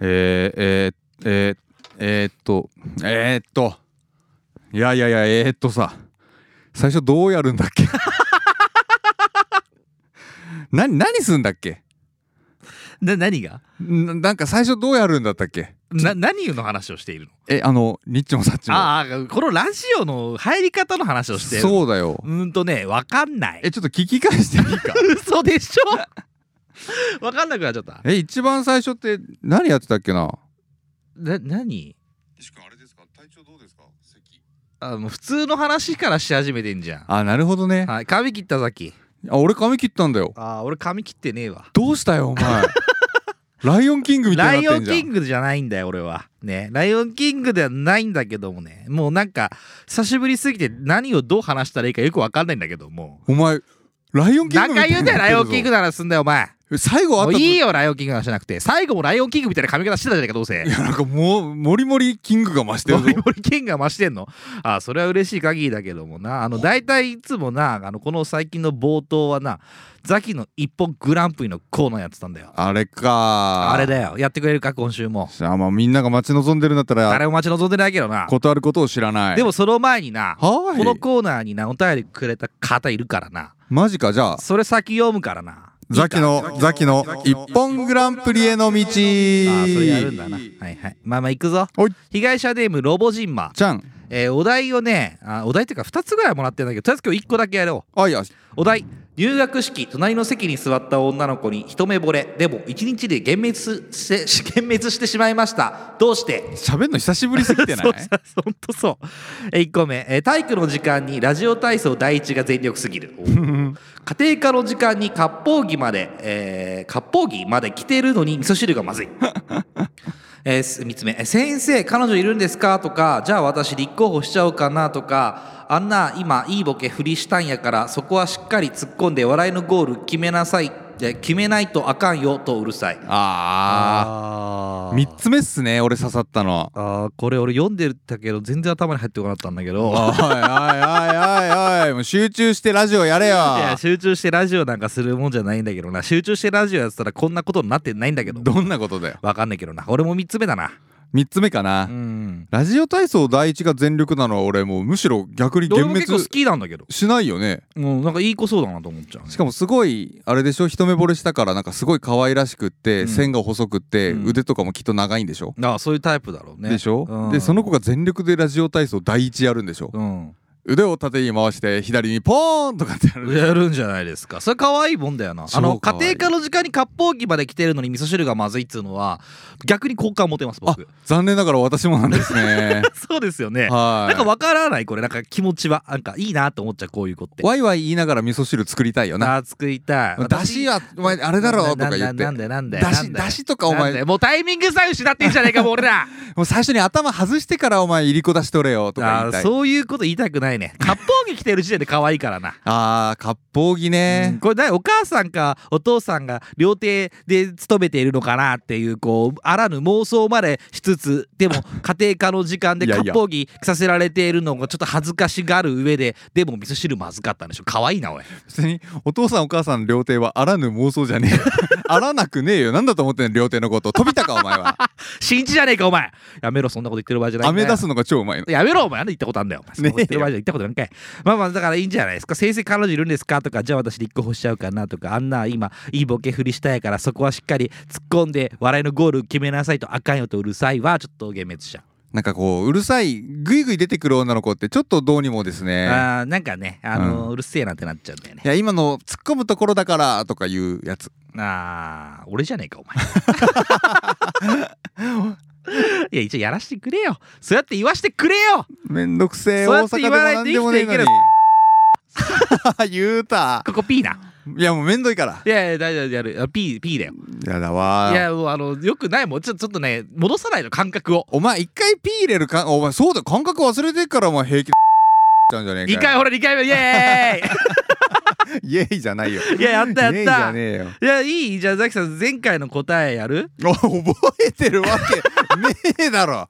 えー、えー、えー、えーっとえー、っといやいやいやえー、っとさ最初どうやるんだっけ な何すんだっけな何がななんか最初どうやるんだったっけな何の話をしているのえあのニッチもサッチもああこのラジオの入り方の話をしているうそうだよーんとねわかんないえちょっと聞き返して いいか嘘でしょ わかんなくなっちゃったえ一番最初って何やってたっけなな何岸君あれですか体調どうですか咳あもう普通の話からし始めてんじゃんあなるほどねはい髪切ったさっきあ俺髪切ったんだよああ俺髪切ってねえわどうしたよお前 ライオンキングみたラいにイなオってんンじゃんキングじゃないんだよ俺はねライオンキングではないんだけどもねもうなんか久しぶりすぎて何をどう話したらいいかよくわかんないんだけどもお前ライオンキングみ何た回いに言うんだよなっラてイるぞオンキングならすんだよお前最後あもったうといいよライオンキングはしなくて最後もライオンキングみたいな髪型してたじゃないかどう せいやなんかもうモリモリキングが増してるノぞリノリ剣が増してんのあそれは嬉しい限りだけどもなあの大体いつもなあのこの最近の冒頭はなザキの一本グランプリのコーナーやってたんだよあれかあれだよやってくれるか今週もさあまあみんなが待ち望んでるんだったら誰も待ち望んでないけどな断ることを知らないでもその前にはないこのコーナーになお便りくれた方いるからなマジかじゃあそれ先読むからなザキのザキの一本グランプリへの道あそああそれやるんだだなはいはいまあまあ行くぞおい被害者ネームロボジンマ、じゃんえーお題をねあお題っていうか2つぐらいもらってるんだけどとりあえず今日1個だけやろうあいやお題入学式隣の席に座った女の子に一目惚れでも一日で幻滅してし 幻滅してしまいましたどうして喋んの久しぶりすぎてなそうい そうほんとそうえ1個目えー体育の時間にラジオ体操第一が全力すぎる家庭科の時間に割烹着まで、えー、割烹着まで着てるのに味噌汁がまずいえ3つ目えー「先生彼女いるんですか?」とか「じゃあ私立候補しちゃおうかな」とか「あんな今いいボケ振りしたんやからそこはしっかり突っ込んで笑いのゴール決めなさい」えー決めないとあかんよ」とうるさいあああ三つ目っすね俺刺さったのあーこれ俺読んでたけど全然頭に入ってこなかったんだけどおいおいおいおいおいもう集中してラジオやれよいや集中してラジオなんかするもんじゃないんだけどな集中してラジオやってたらこんなことになってないんだけどどんなことだよわかんないけどな俺も3つ目だな三つ目かな、うんラジオ体操第一が全力なのは俺もうむしろ逆に俺幻も結構好滅きなんだけどしないよねうんなんかいい子そうだなと思っちゃうねしかもすごいあれでしょ一目惚れしたからなんかすごい可愛らしくって、うん線が細くって、うん腕とかもきっと長いんでしょ、ああそういうタイプだろうねでしょ、うんでその子が全力でラジオ体操第一やるんでしょ、うん腕を縦に回して左にポーンとかってやるでしょやるんじゃないですかそれ可愛いもんだよなあの超可家愛い庭科の時間に割烹着まで来てるのに味噌汁がまずいっつうのは逆に好感持てます僕残念ながら私もなんです ねそうですよねはいなんかわからないこれなんか気持ちはなんかいいなと思っちゃうこういう子ってワイワイ言いながら味噌汁作りたいよなあー作りたいだしはお前あれだろとか言ってなななんでなんでだなしんでだしとかお前なんでもうタイミングさえ失ってんじゃねえ かもう俺らもう最初に頭外してからお前いりこ出しとれよとかあ言いたーいそういうこと言いたくな いね割烹着着てる時点で可愛いからな、あー割烹着うんね、これだお母さんかお父さんが料亭で勤めているのかなっていうこうあらぬ妄想までしつつでも家庭科の時間 でいやい割や烹着着させられているのがちょっと恥ずかしがる上ででも味噌汁まずかったんでしょ可愛いなおい別にお父さんお母さん料亭はあらぬ妄想じゃねえよ あらなくねえよなんだと思ってんの料亭のこと飛びたかお前 は信じじゃねえかお前やめろそんなこと言ってる場合じゃないん飴だよ出すのが超うまいのやめろお前なんで言ったことあんだよお前そんなこと言ってる場合じゃ言ったことなんかいまあまあだからいいんじゃないですか先生彼女いるんですかとかじゃあ私立候補しちゃうかなとかあんな今いいボケ振りしたやからそこはしっかり突っ込んで笑いのゴール決めなさいとあかんよとうるさいはちょっと幻滅しちゃう、なんかこううるさいグイグイ出てくる女の子ってちょっとどうにもですねあーなんかねあのーうるせえなってなっちゃうんだよねいや今の突っ込むところだからとかいうやつあー俺じゃねえかお前 いや一応やらしてくれよそうやって言わしてくれよめんどくせえそうや大って阪言でわもないとなんでもねえのに 言うたここ P ないやもうめんどいからいやいや大丈夫やるあ P, P だよやだわいやもうあのよくないもんちょちょっとね戻さないの感覚をお前一回ピー入れるかお前そうだよ感覚忘れてっからお前平気でちゃうんじゃねえか2回よほら2回目イエイエイじゃないよーイいややったやイエイっじゃたねえよ いやいいじゃあザキさん前回の答えやるあ覚えてるわけねえだろ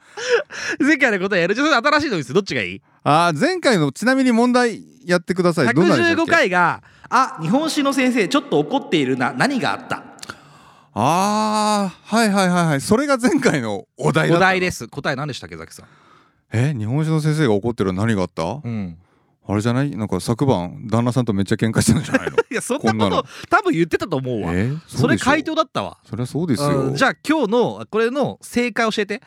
前回の答えやるじゃあそれ新しいのですどっちがいいあー前回のちなみに問題やってくださいどんなでしたっけ ?115 回が「あ日本史の先生ちょっと怒っているな何があった」あーはいはいはいはいそれが前回のお題だおった題です答え何でしたっけザキさんえ日本史の先生が怒ってるの何があった、うんあれじゃないなんか昨晩旦那さんとめっちゃ喧嘩したんじゃない のいやそんこんななこのと多分言ってたと思うわえそれ回答答だったわそりゃそうですようんじゃあ今日のこれの正解教えて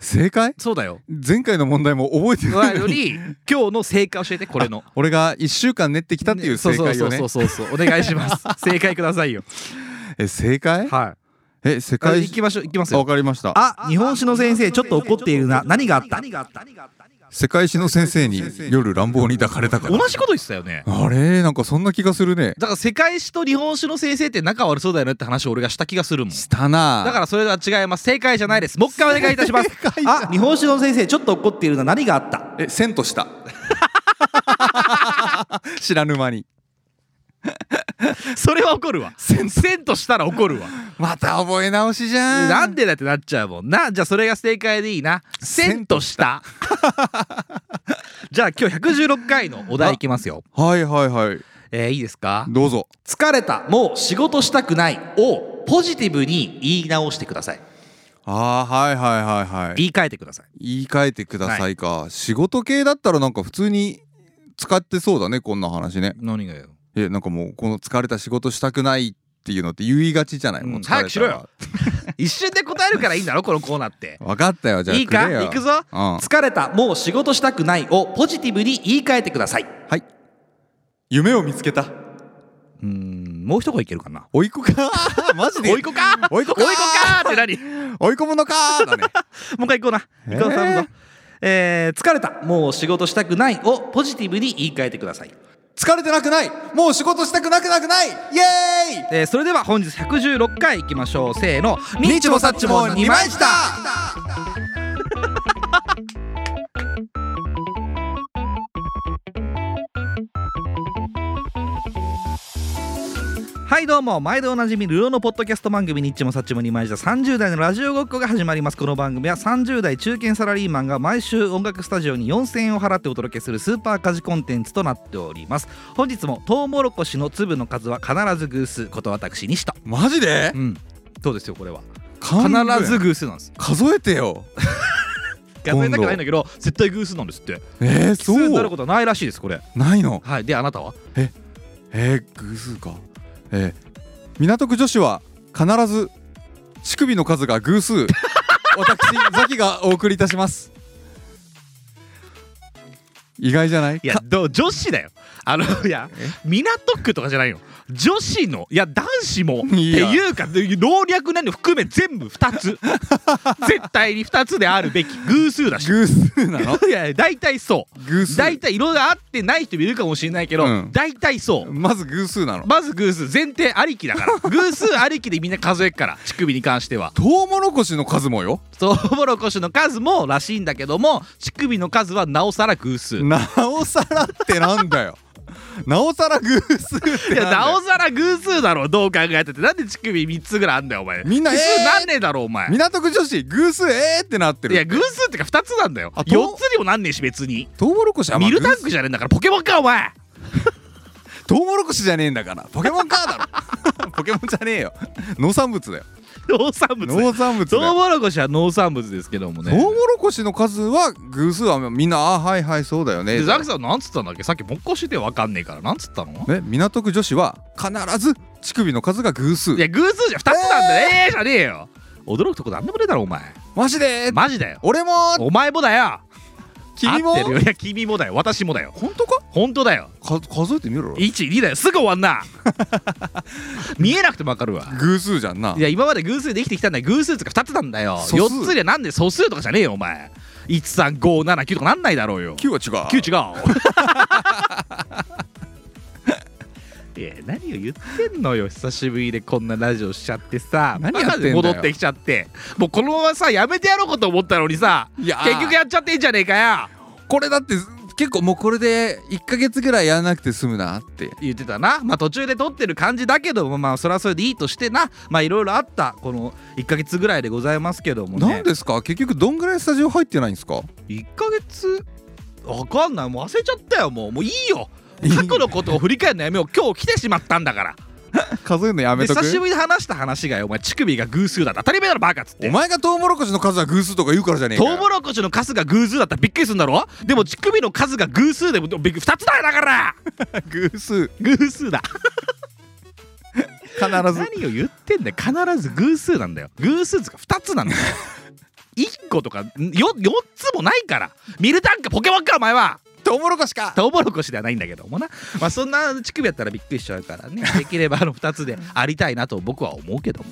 正解そう だよ前回の問題も覚えてなわいのよにり今日の正解教えてこれの俺が1週間練ってきたっていう正解よねそうそうそうそうそうお願いします 正解くださいよえ正解はえ世い界行きましょう行きますあわよかりましたあ日本史の先生ちょっと怒っているな何があった世界史の先生に夜乱暴に抱かれたか同らじこと言ってたよねあれなんかそんな気がするねだから世界史と日本史の先生って仲悪そうだよねって話を俺がした気がするもんしたなだからそれは違います正解じゃないですもう一回お願いいたしますあ日本史の先生ちょっと怒っているな何があったえ遷とした 知らぬ間にそれは怒るわせんとしたら怒るわまた覚え直しじゃんなんでだってなっちゃうもんなじゃあそれが正解でいいなせんとした じゃあ今日116回のお題いきますよはいはいはいえーいいですかどうぞ疲れたもう仕事したくないをポジティブに言い直してくださいあーはいはいはいはい言い換えてください言い換えてくださいか、仕事系だったらなんか普通に使ってそうだねこんな話ね何がよえなんかもうこの疲れた仕事したくないっていうのって言いがちじゃない、うんもう疲れた早くしろよ一瞬で答えるからいいんだ ろこのコーナーって分かったよじゃあいいかくれよいくぞ、うん、疲れたもう仕事したくないをポジティブに言い換えてくださいはい夢を見つけたうーんもう一声いけるかなおいこ かマジでおいこかおいこかおいこかって何も追い込むのかーだねう一回行こうなえー行こう頼むぞえー疲れたもう仕事したくないをポジティブに言い換えてください疲れてなくないもう仕事したくなくなくないイエーイえーそれでは本日116回いきましょうせーの「ニッチもサッチも二枚舌はいどうも毎度おなじみルロのポッドキャスト番組ニッチもサッチも二枚舌30代のラジオごっこが始まりますこの番組は30代中堅サラリーマンが毎週音楽スタジオに4000円を払ってお届けするスーパー家事コンテンツとなっております本日もトウモロコシの粒の数は必ず偶数こと私にしたマジでうんそうですよこれは必必ず偶数なんです数えてよ数えたくないんだけど絶対偶数なんですってえー、奇そ数になるうことはないらしいですこれないのはいであなたはえー、偶数かえー、港区女子は必ず乳首の数が偶 数私ザキがお送りいたします意外じゃないいやかどう女子だよ あのいや港区とかじゃないよ女子のいや男子もっていやいうか老若男女含め全部2つ 絶対に2つであるべき偶数だし偶数なのいや大体そ偶う数大体色が合ってない人もいるかもしれないけど、うん大体そうまず偶数なのまず偶数前提ありきだから 偶数ありきでみんな数えっから乳首に関してはトウモロコシの数もよトウモロコシの数もらしいんだけども乳首の数はなおさら偶数なおさらってなんだよなおさら偶数っていやなんだなおよさら偶数だろうどう考えててなんで乳首3つぐらいあんだよお前みんな偶え数ーなんねえだろお前い港区女子偶数えーってなってるや偶数ってか2つなんだよあ4とつにもなんねえし別にトウモロコシはまあミルタン偶クじゃねえんだからポケモンかお前数トウモロコシじゃねえんだからポケモンカーだ ろポケモンじゃねえよ農産物だよ農産物農産物だトウよモロコシは農産物ですけどもトねウモロコシの数は偶数はみんなあーはいはいそうだよねでザキさんなんつったんだっけさっきもっこしてわかんねえからなんつったのね港区女子は必ず乳首の数が偶数いや偶数じゃ2つなんだよええー、じゃねえよ驚くとこなんでもねえだろお前マジでーマジだよ俺もーお前もだよ君も合ってるよいや君もだよ私もだよ本当か本当だよか数えてみろよ12だよすぐ終わ んな見えなくてもわかるわ偶数じゃんないや今まで偶数で生きてきたんだよ偶数とか2つなんだよ素数4つでなんで素数とかじゃねえよお前13579とかなんないだろうよ9は違う 9違ういや何を言ってんのよ久しぶりでこんなラジオしちゃってさ何やってんだよバカで戻ってきちゃってもうこのままさやめてやろうかと思ったのにさいやー結局やっちゃってんじゃねえかよこれだって結構もうこれで1か月ぐらいやらなくて済むなって言ってたなまあ途中で撮ってる感じだけどもまあそれはそれでいいとしてなまあいろいろあったこの1ヶ月ぐらいでございますけどもねなんですか結局どんぐらいスタジオ入ってないんですか1ヶ月わかんないもう忘れちゃったよもうもういいよ過去のことを振り返るのやめよう今日来てしまったんだから数えるのやめとでく久しぶりに話した話がよお前乳首が偶数だった当たり前だろバカっつってお前がトウモロコシの数は偶数とか言うからじゃねえかトウモロコシの数が偶数だったらびっくりするんだろでも乳首の数が偶数でもびっくり2つだよだからロ偶数偶数だ必ず何を言ってんだよ必ず偶数なんだよ偶数つか2 つなんだよ1個とかよ4つもないからミルタンかポケモンかお前はトウモロコシかトウモロコシではないんだけどもな、まあ、そんな乳首やったらびっくりしちゃうから ねできればあの2つでありたいなと僕は思うけども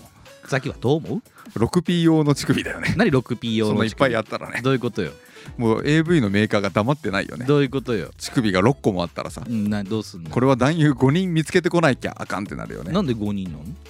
ザキはどう思う 6P 用の乳首だよね何 6P 用そののい乳っぱ首いやったらねどういうことよもう AV のメーカーが黙ってないよねどういうことよ、乳首が6個もあったらさうん、などうすんのこれは男優5人見つけてこないきゃあかんってなるよねなんで5人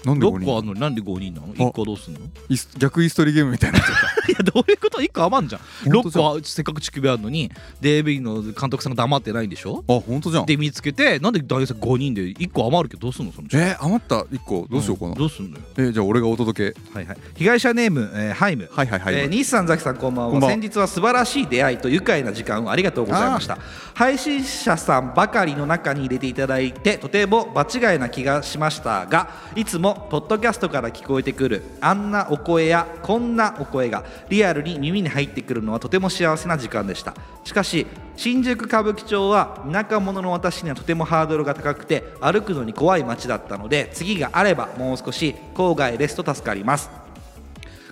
ななのんで5 ?6 個あるのになんで5人なの ?1 個どうすんのいイス逆イストリーゲームみたいになっちゃっやどういうこと ?1 個余んじゃん本当6じゃん個はせっかく乳首あるのに DV の監督さんが黙ってないんでしょたあ本当じゃんで見つけてなんで男優さん5人で1個余るけどどうすんのそのえー、余った1個どうしようかな、んどうすんのよえーじゃあ俺がお届けはいはい被害者ネーム、えーハイムはいはいはい、えー西さん、ザキさんこんばんはこんばんは先日は素晴らしい出会いと愉快な時間をありがとうございました配信者さんばかりの中に入れていただいてとても場違いな気がしましたがいつもポッドキャストから聞こえてくるあんなお声やこんなお声がリアルに耳に入ってくるのはとても幸せな時間でしたしかし新宿歌舞伎町は田舎者の私にはとてもハードルが高くて歩くのに怖い街だったので次があればもう少し郊外ですと助かります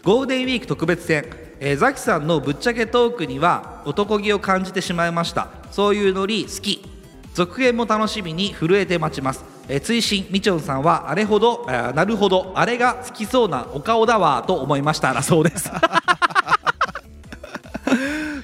ゴールデンウィーク特別編、えーザキさんのぶっちゃけトークには男気を感じてしまいましたそういうノリ好き続編も楽しみに震えて待ちます、えー追伸みちょんさんはあれほど、えーなるほどあれが好きそうなお顔だわと思いましただそう です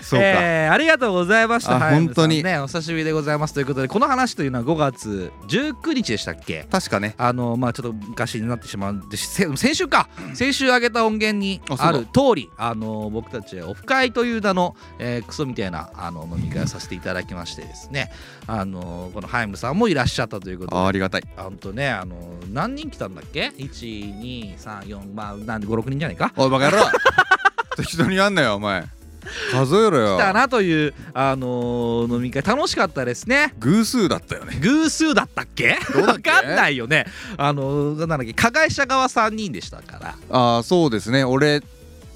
そうか、えーありがとうございましたあ早見さん本当にねお久しぶりでございますということでこの話というのは5月19日でしたっけ確かねあのまあちょっと昔になってしまうんでせ先週か先週上げた音源にあそうだある通りあの僕たちオフ会という名の、えークソみたいなあの飲み会をさせていただきましてですねあのこのハイムさんもいらっしゃったということあーで。ありがたいあほんとね、あの何人来たんだっけ ?1234 まあなんで56人じゃないかおいバカ 野郎適当にやんなよお前数えろ来たよなという、あの飲み会楽しかったで すね偶数だったよね偶数だったっけどうだっ分けかんないよねあのなんだっけ加害者側3人でしたからああそうですね俺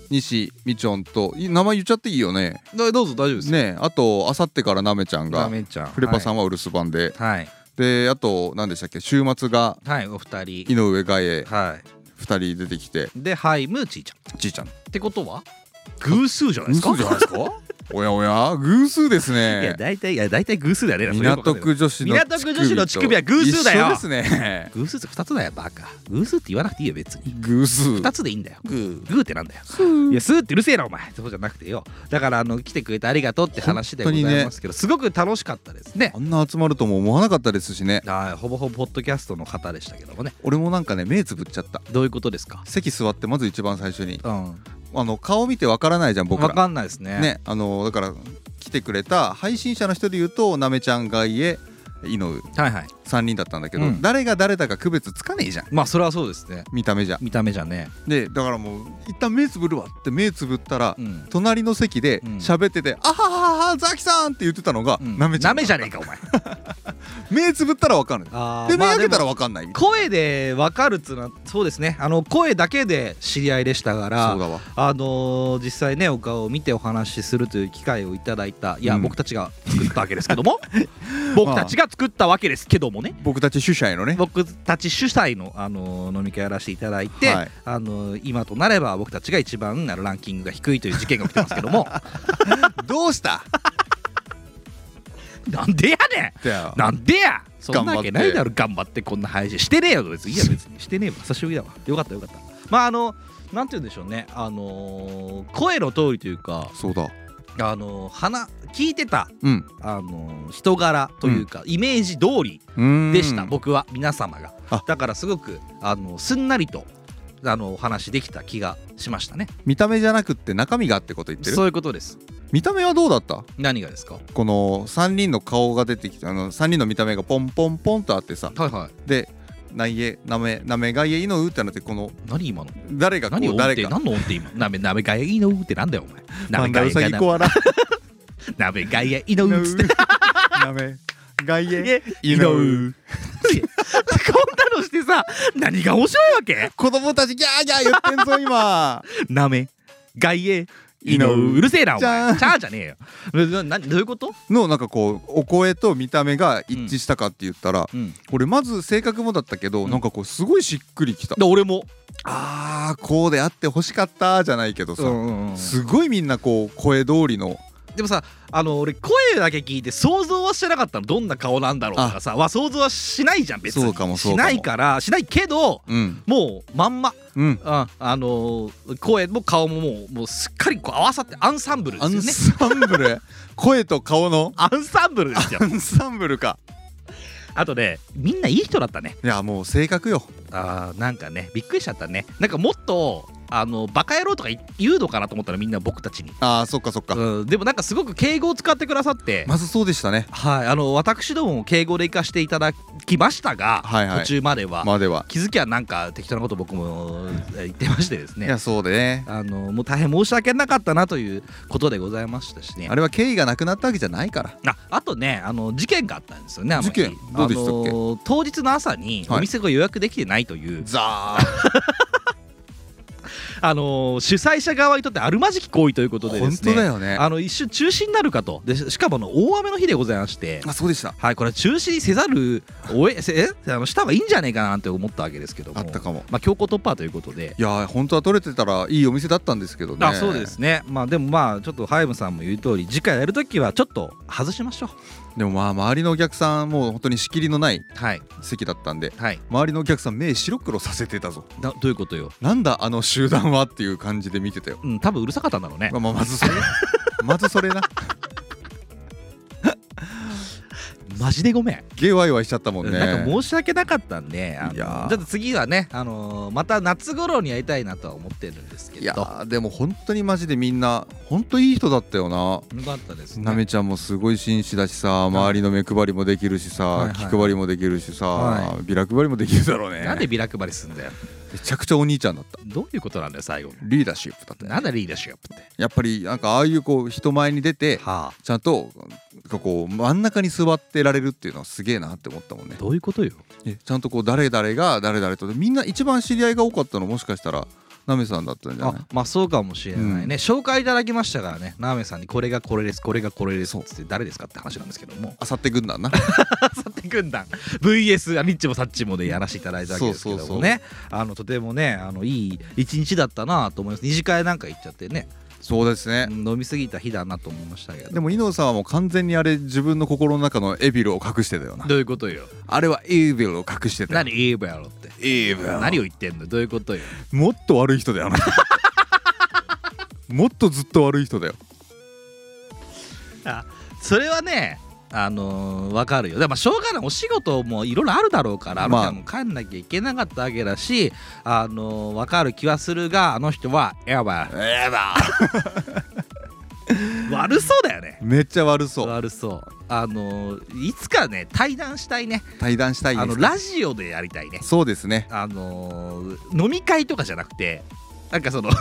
西みちょんとい名前言っちゃっていいよねどどうぞ大丈夫ですよねあとあさってからなめちゃんラがーメンちゃんフレパさはんはウルス版で、いはい、であと何でしたっけ週末がはいお二人井上がえは2人出てきていでハイムーちーちゃじいちゃんんってことは偶数じゃないですか偶数じゃないですかおやおや偶数ですいやね大体いや大体偶数だよねそれよく港わかんない区女子の港区女子の乳首は偶数だよ一緒ですね偶数って2つだよバカ偶数って言わなくていいよ別に偶数2つでいいんだよグ偶ーってなんだよいやスーってうるせえなお前そうじゃなくてよだからあの来てくれてありがとうって話でございますけど、すごく楽しかったですねあんな集まるとも思わなかったですしねはいほぼほぼポッドキャストの方でしたけどもね俺もなんかね目つぶっちゃったどういうことですか席座ってまず一番最初にうんあの顔見てわからないじゃん僕わらかんないですねねあのだから来てくれた配信者の人で言うとなめちゃんが家井上はいはい3人だったんだけど、うん誰が誰だか区別つかねえじゃんまあそれはそうですね見た目じゃ見た目じゃねでだからもう一旦目つぶるわって目つぶったら、うん隣の席でうん喋ってて「あははははザキさん!」って言ってたのが、うんなめちゃんじゃねえかお前目つぶったらわかんないあーで目まあ開けたでらもわかんないみたい声で分かるっつうのはそうですねあの声だけで知り合いでしたかなそうらだわあのー実際ねお顔を見てお話しするという機会をいただいたいや、うん僕たちが作ったわけですけど も僕たちが作ったわけですけどもね僕たち主催のね僕たち主催の、あのー飲み会やらせていただいて、はいあのー今となれば僕たちが一番あのランキングが低いという事件が起きてますけどもどうしたなんでやねんってやなんでやそんなわけ頑張っなていだろ頑張ってこんな配信してねえよ 別にいや別にしてねえわ久しぶりだわよかったよかったまああのなんて言うんでしょうねあのー声の通りというかそうだあのー話聞いてたうんあのー人柄というか、イメージ通りうーんでした、僕は皆様があだからすごくあのすんなりとあのお話できた気がしましたね見た目じゃなくって中身がってこと言ってるそういうことです見た目はどうだった何がですかはこの3人の顔が出てきてあの3人の見た目がポンポンポンとあってさいはいで「ないえなめなめがいえいのう」ってなってこの何今の誰がこ何をう音っ誰てか何の音って今なめなめがいいのってなんだよお前ななんめだがういさがぎなコ アラ鍋外野井上っつってなめ外いや野井上こんなのしてさ何が面白いわけ子供たちギャーギャー言ってんぞ今なめ外栄いのうるせえなお前ちゃーじゃねえよえななどういうこと、のなんかこうお声と見た目が一致したかって言ったら、うん、俺まず性格もだったけど、うんなんかこうすごいしっくりきた、で俺もあーこうであってほしかったじゃないけどさ、すすごいみんなこう声通りのでもさあの俺声だけ聞いて想像はしてなかったのどんな顔なんだろうとかさは想像はしないじゃん別にそうかもそうしかもないからしないけどうんもうまんま、うんああのー声も顔ももうもうすっかりこう合わさってアンサンブルでアすよンねサンブル 声と顔のアンサンブルですよアンサンブルかあとねみんないい人だったねいやもう性格よあーなんかねびっくりしちゃったねなんかもっとあのバカ野郎とか言言うのかなと思ったらみんな僕たちに、あーそっかそっか、うん、でもなんかすごく敬語を使ってくださって、まずそうでしたねはいあの私どもも敬語で行かせていただきましたが、はいはい途中までは、までは、気づきはなんか適当なこと僕もえー言ってましてですいねやそうでねあのもう大変申し訳なかったなということでございましたしねあれは敬意がなくなったわけじゃないからああとねあの事件があったんですよねあの日事件どうでしたっけあの当日の朝にはいお店が予約できてないという、ザーあの主催者側にとってあるまじき行為ということでで本す当ねだよねああの一瞬中止になるかとでししかもあの大雨の日でございましてそうでしたはいこれは中止にせざるをえせえあのした方がいいんじゃないかなって思ったわけですけどもあったかもまあ、強行突破ということでいやー本当は取れてたらいいお店だったんですけどねあそうですねまあでもまあちょっとハイムさんも言う通り次回やるときはちょっと外しましょでもまあ周りのお客さんもう本当に仕切りのないうはい席だったんではい周りのお客さん目白黒させてたぞなどういうことよなんだあの集団はっていう感じで見てたようん多分うるさかったんだろうねまあまあまずそれまずそ れなマジでごめんゲーワイワイしちゃったもんねなんか申し訳なかったんであのいやーちょっと次はね、あのーまた夏頃にやりたいなとは思ってるんですけいどやよーでも本当にマジでみんな本当いい人だったよなかったですなねめちゃんもすごい紳士だしさ周りの目配りもできるしさ、はいはい気配りもできるしさ、はビラ配りもできるだろうねなんでビラ配りすんだよめちゃくちゃお兄ちゃんだったどういうことなんだよ最後リーダーシップだったなんだリーダーシップってやっぱりなんかああいうこう人前に出てはあちゃんとなんかこう真ん中に座ってられるっていうのはすげえなって思ったもんねどういうことよえちゃんとこう誰々が誰々とでみんな一番知り合いが多かったのもしかしたらなめさんだったんじゃないあまあそうかもしれないね、紹介いただきましたからねナーメンさんにこれがこれですこれがこれですっつって誰ですかって話なんですけどもあさって軍 団な さて軍団 VS ニッチもサッチもでやらせていただいたわけですけどそうもそうねあのとてもねあのいい一日だったなと思います二次会なんか行っちゃってねそうですね飲みすぎた日だなと思いましたけどでも伊能さんはもう完全にあれ自分の心の中のエビルを隠してたよなどういうことよあれはエビルを隠してたよ何言えばやろってエビル何を言ってんのどういうことよもっと悪い人だよ なもっとずっと悪い人だよあそれはねあのー、分かるよでもまあしょうがないお仕事もいろいろあるだろうから、まああの人も帰んなきゃいけなかったわけだし、あのー、分かる気はするがあの人はやばいえだ 悪そうだよねめっちゃ悪そう悪そうあのー、いつかね対談したいね対談したいあでのすラジオでやりたいねそうですねあのー、飲み会とかじゃなくてなんかそ のラ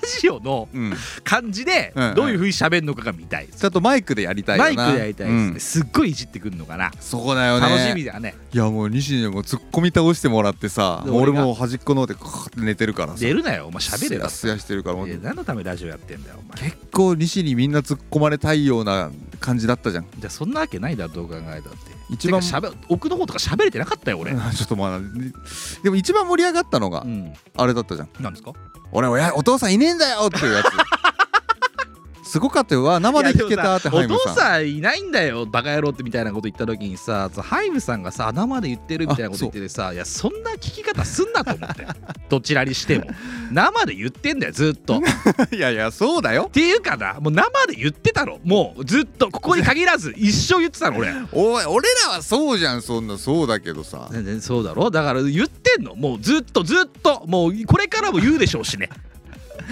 ラジオのうん感じでうんうんどういうふうに喋るのかが見たいです、ちゃんとマイクでやりたいよマイなクでやりたいですね、うんすっごいいじってくるのかな、そこだよね楽しみだねいやもう西にもツッコミ倒してもらってさでもう俺俺がもう端っこの方でカーって寝てるからさ出るなよお前喋れすよやすやしてるからもういや何のためにラジオやってんだよお前結構西にみんな突っ込まれたいような感じだったじゃんちじゃあそんなわけないだろどう考えたって一番てか喋奥の方とか喋れてなかったよ俺うょん、 っとまあでも一番盛り上がったのがあれだったじゃんなんですか俺おやお父さんいねえんだよっていうや つすごかったよわ生で聞けたっていハやでイもムささんお父さんいないんだよバカ野郎ってみたいなこと言った時にさそのハイムさんがさ生で言ってるみたいなこと言っててさいやそんな聞き方すんなと思って どちらにしても生で言ってんだよず っとっいやいやそうだよていうかなもう生で言ってたろもうずっとここに限らず一生言ってたの俺おい俺らはそうじゃんそんなそうだけどさ全然そうだろだから言ってんのもうずっとずっともうこれからも言うでしょうしね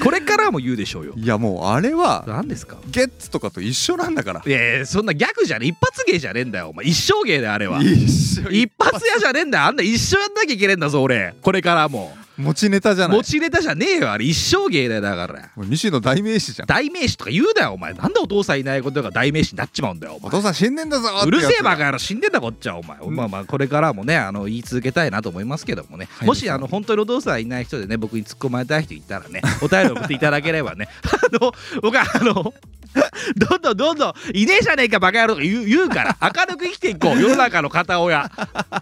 これからも言うでしょうよいやもうあれは何ですかゲッツとかと一緒なんだからいやいやそんなギャグじゃねえ一発芸じゃねえんだよお前一生芸だよあれは一緒一発屋じゃねえんだよあんな一生やんなきゃいけねえんだぞ俺これからも持ちネタじゃない持ちネタじゃねえよあれ一生芸だよだからもう西の代名詞じゃん代名詞とか言うなよお前なんでお父さんいないことが代名詞になっちまうんだよおお前父さん死んでんだぞうるせえバばカ野郎死んでんだこっちはお前、んまあまあこれからもねあの言い続けたいなと思いますけどもね、いもしあの本当にお父さんいない人でね僕に突っ込まれたい人いたら ねお便り送っていただければね あの僕はあの どんどんどんどんいねえじゃねえかバカ野郎とか言う言うから明るく生きていこ う世の中の片親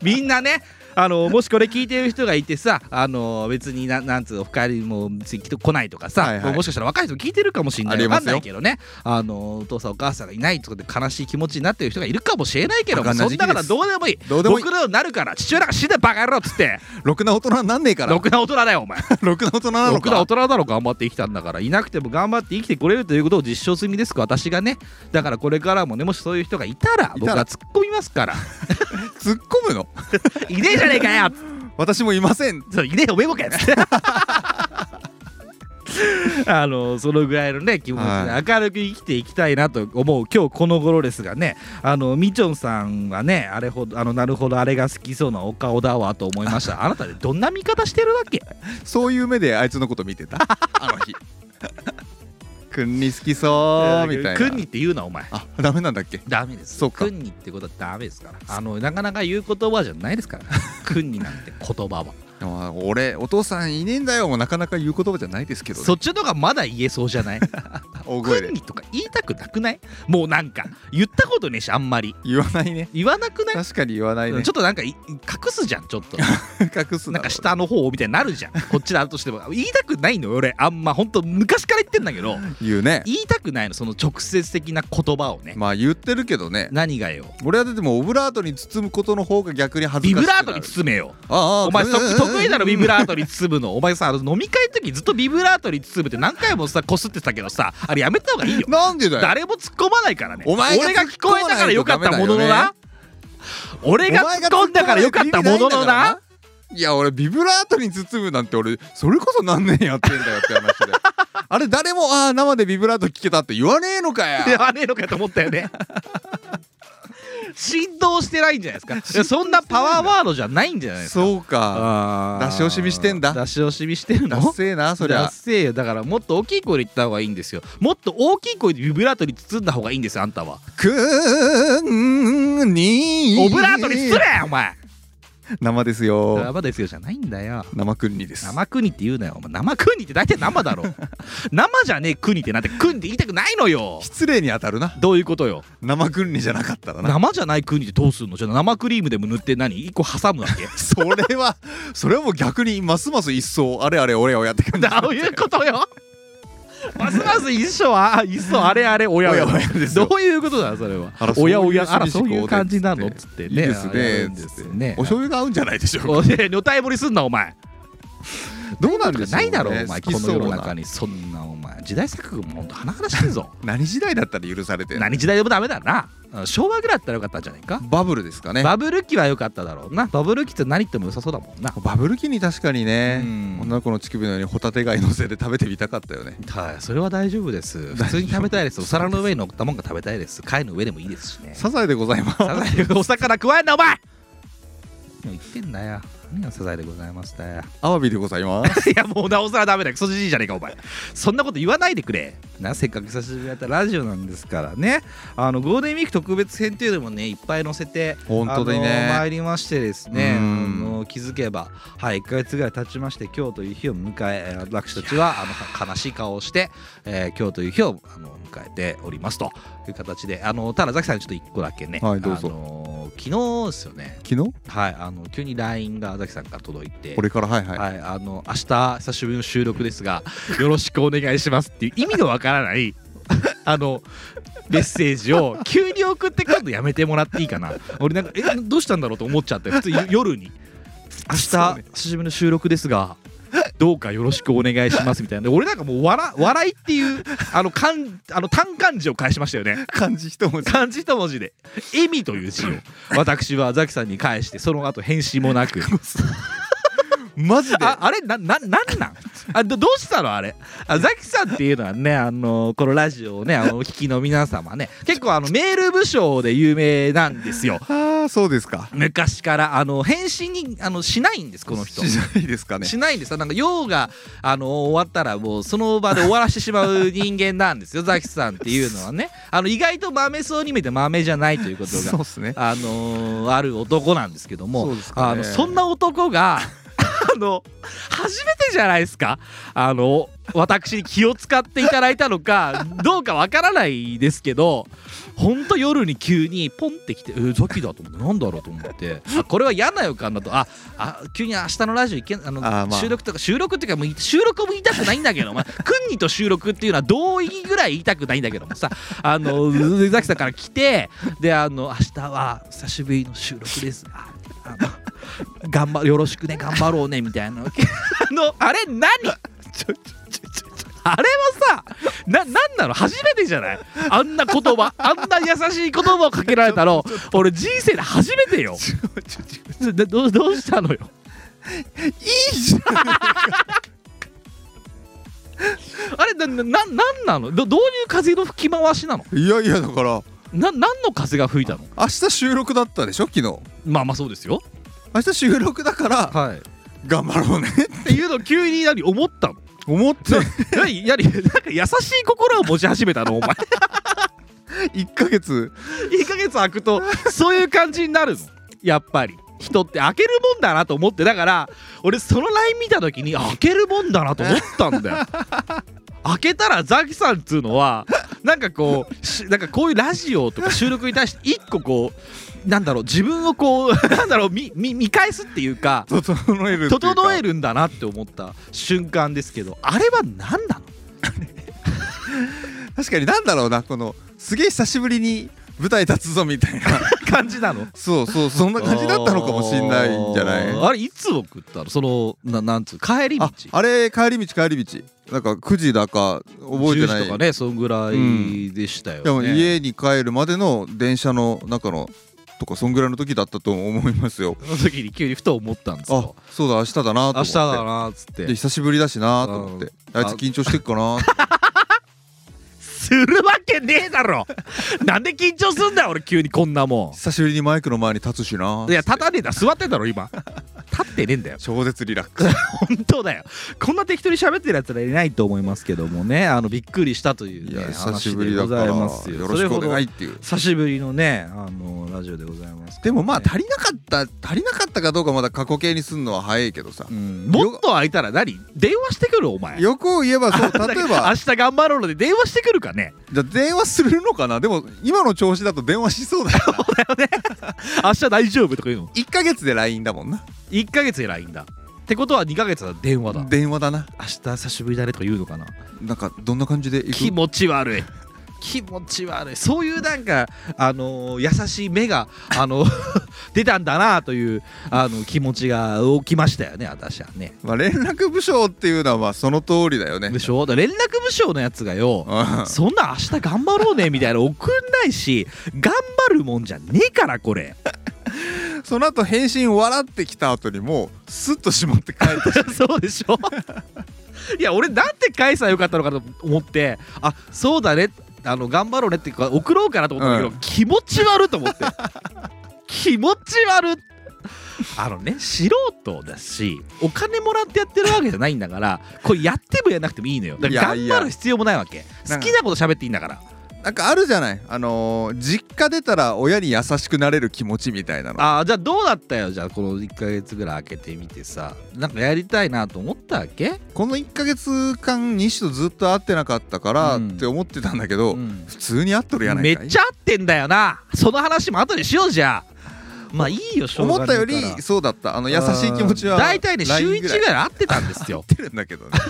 みんなねあのもしこれ聞いてる人がいてさあの別にななんつうの深入りも別に来ないとかさ、はいはいもしかしたら若い人聞いてるかもしれないありえわまかんすなよいけどねあのお父さんお母さんがいないとかで悲しい気持ちになってる人がいるかもしれないけどもバカなそん時期なからですどうでもいいどうでもいい僕らのなるから父親なんか死んだバカ野郎っつってろくな大人になんねえからろくな大人だよお前ろくな大人なろのくなか大人だろ頑張って生きたんだからいなくても頑張って生きてこれるということを実証済みです私がねだからこれからもねもしそういう人がいたらい僕たらは突っ込みますから突っ込むのいねえじゃねえかよ私もいませんそういねえよ、メモかよっ つって。あのそのぐらいのね気持ちはで明るく生きていきたいなと思う今日この頃ですがねあのみちょんさんはねあれほどあのなるほどあれが好きそうなお顔だわと思い ましたあなたでどんな見方してるわけそういう目であいつのこと見てたあの 日くんに好きそうみたいなくんにって言うなお前あダメなんだっけダメですそうかくんにってことはダメですからあのなかなか言う言葉じゃないで すからくんになんて言葉はでも俺お父さんいねえんだよもうなかなか言う言葉じゃないですけど、ね、そっちの方がまだ言えそうじゃない大声くでんにとか言いたくなくないもうなんか言ったことねえしあんまり言わないね言わなくない、確かに言わないちょねっとなんかい隠すじゃんちょっ と隠すだなろんかう下の方みたいになる じゃんこっちだとしても言いたくないのよ俺あんまほんと昔から言ってんだけど言うね言いたくないのその直接的な言葉をね、まあ言ってるけどね何がよ俺はでもオブラートに包むことの方が逆に恥ビずかブしくなるラートに包めよああお前そうん得意だろビブラートに包むのお前さあの飲み会の時ずっとビブラートに包むって何回もさこすってたけどさあれやめた方がいいよなんでだよ誰も突っ込まないからねお前が俺が聞こえたからよかったものの突な俺が突っ込んだからよかったもののないや俺ビブラートに包むなんて俺それこそ何年やってんだよって話であれ誰もああ生でビブラート聞けたって言わねえのかやよわねえのかと思ったよね振動してないんじゃないですかいやそんなパワーワードじゃないんじゃないですかそうかあー出し惜しみしてんだ出し惜しみしてるのだっせえなそりだゃっせえよだからもっと大きい声で言った方がいいんですよもっと大きい声でビブラートに包んだ方がいいんですよあんたはくーんにオブラートに包めお前生ですよ生ですよじゃないんだよ生くんにです生国って言うなよお前生国って大体生 だろ生じゃねえ国ってなんて国って言いたくないのよ失礼に当たるな どういうことよ生くんにじゃなかったらな生じゃない国ってどうすんのじゃあ生クリームでも塗って何一個挟むわ け それはそれはもう逆にますます一層あれあれ俺をやってくんだどういうことよますます一緒は一層あれあれおやおやおやおやですよどういうことだそれはあらおやおやあそうらいうそういう感じなの思っ考でつっていいねですねやるんですねお醤油が合うんじゃないでしょうかおいのたいぼりすんなお前どう なんでしょうねないだろお前好こきのそう世なの中にそんなお前時代錯誤もほんと甚だしいぞ何時代だったら許されてんの何時代でもダメだなうん昭和ぐらいだったらよかったんじゃないかバブルですかねバブル期は良かっただろうなバブル期って何言っても良さそうだもんなバブル期に確かにねうん女の子の乳首のようにホタテ貝のせて食べてみたかったよねはい、それは 大丈夫です。普通に食べたいです。お皿の上に乗ったもんが食べたいです。貝の上でもいいですしね。サザエでございますサザエ、お魚食わえんな、お前言ってんだよ。何がサザエでございましたよ。アワビでございます いや、もうなおさらダメだ。クソじじいじゃねえか、お前。そんなこと言わないでくれ。な、せっかく久しぶりだったラジオなんですからね。あの、ゴールデンウィーク特別編っていうのもね、いっぱい載せて、本当にねあの参りましてですね、うあんの気づけば、はい、1ヶ月ぐらい経ちまして、今日という日を迎え、えー私たちはあのか悲しい顔をして、えー今日という日をあの迎えておりますという形で、あのただ、ザキさん、ちょっと1個だけね、はいどうぞあの昨日ですよね、昨日はい、あの急に LINE がザキさんから届いてこ、れからはいはいはい、あの明日久しぶりの収録ですがよろしくお願いしますっていう意味のわからない あのメッセージを急に送ってくるのやめてもらっていいかな俺なんかえどうしたんだろうと思っちゃって普通に夜に明そう日ね久しぶりの収録ですがどうかよろしくお願いしますみたいなで俺なんかもう笑笑いっていうあのかんあの単漢字を返しましたよね漢字一文字 漢字一文字で「意味」という字を私はザキさんに返してその後返信もなく マジでああれなななんなんあどどうしたのあれあザキさんっていうのはねあのこのラジオをねあのお聞きの皆様ね結構あのメール武将で有名なんですよ ああそうですか昔からあの返信にあのしないんですこの人。しないですかねしないんですなんか用があの終わったらもうその場で終わらしてしまう人間なんで すよザキさんっていうのはねあの意外と豆そうに見えて豆じゃないということそうが、ですねあのーある男なんですけどもそうですかねあのそんな男が あの初めてじゃないですかあの私に気を使っていただいたのかどうかわからないですけどほんと夜に急にポンってきて「えー、ザキだ」と思ってなんだろうと思ってあこれは嫌な予感だとああ急に明日のラジオ行けあのあーまあ収録とか収録っていうかもう収録も言いたくないんだけどお前くんにと収録っていうのは同意ぐらい言いたくないんだけどもさあの宇崎さんから来てであの明日は久しぶりの収録ですああの頑張よろしくね頑張ろうねみたいなあのあれ何あれはさななんなの初めてじゃないあんな言葉あんな優しい言葉をかけられたの俺人生で初めてよどどどうしたのよいいじゃんあれななななんなのどどういう風の吹き回しなのいやいやだからな何の風が吹いたの明日収録だったでしょ昨日まあまあそうですよ明日収録だからはいっ頑張ろうねていうのを急に何思ったの思って何何なんか優しい心を持ち始めたのお前 1ヶ月1ヶ月空くとそういう感じになるのやっぱり人って開けるもんだなと思ってだから俺その LINE 見た時に開けるもんだなと思ったんだ よ開けたらザキさんっつうのはなんかこうしなんかこういうラジオとか収録に対して一個こうなんだろう自分をこう なんだろう見見見返すっていうか整えるっていうか整えるんだなって思った瞬間ですけどあれは何なの 確かになんだろうなこのすげえ久しぶりに舞台立つぞみたいな感じなのそうそうそんな感じだったのかもしんないんじゃないあーあれいつ送ったのそのななんつう帰り道ああれ帰り道帰り道なんか9時だか覚えてな10い時とかねそんぐらいでしたよでね、も家に帰るまでの電車の中のとかそんぐらいの時だったと思いますよその時に急にふと思ったんですあよそうだ明日だなと思って明日だなっつっでて久しぶりだしなと思ってうあいんつ緊張してっかなするわけねえだろ なんで緊張すんだよ俺急にこんなも久しぶりにマイクの前に立つしなんいや立たねえだ座ってんだろ今立ってねえんだよ超絶リラックス 本当だよこんな適当に喋ってるやつらいないと思いますけどもねあのびっくりしたという、いね、や久し話ぶりでだごからざいよますよろしくお願いいっていう久しぶりのねあのラジオでございますけでどね、もまあ足りなかった足りなかったかどうかまだ過去形にすんのは早いけどさうんもっと空いたら何電話してくるお前欲を言えばそう例えば 明日頑張ろうので電話してくるかねじゃあ電話するのかなでも今の調子だと電話しそうだよな明日大丈夫とか言うの1ヶ月で LINE だもんな1ヶ月で LINE だってことは2ヶ月は電話だ電話だな明日久しぶりだねとか言うのかななんかどんな感じで気行く持ち悪い気持ち悪いそういうなんか、あのー優しい目が、あの 出たんだなというあの気持ちが起きましたよね私はねまあ連絡部署っていうのはまあその通りだよねでしょだから連絡部署のやつがようんそんな明日頑張ろうねみたいなの送んないし頑張るもんじゃねえから これ その後返信笑ってきた後にもうスッとしまって帰 ってそうでしょいや俺なんて返さよかったのかと思ってあそうだねあの頑張ろうねっていうか送ろうかなと思ったんだけど、う気持ち悪いと思って 気持ち悪いあのね素人だしお金もらってやってるわけじゃないんだからこれやってもやらなくてもいいのよだからいや頑いや張る必要もないわけなん好かきなこと喋っていいんだからなんかあるじゃないあのー実家出たら親に優しくなれる気持ちみたいなのあーじゃあどうだったよじゃあこの1ヶ月ぐらい開けてみてさなんかやりたいなと思ったわけ、この1ヶ月間西とずっと会ってなかったからうんって思ってたんだけど、うん普通に会っとるやないかめいっちゃ合ってんだよなその話も後でしようじゃあまあいいよしょうが思ねったよえりからそうだったあの優しい気持ちはうん大体ね週 LINE 1ぐらい合っ合ってたんですよてるんだけどね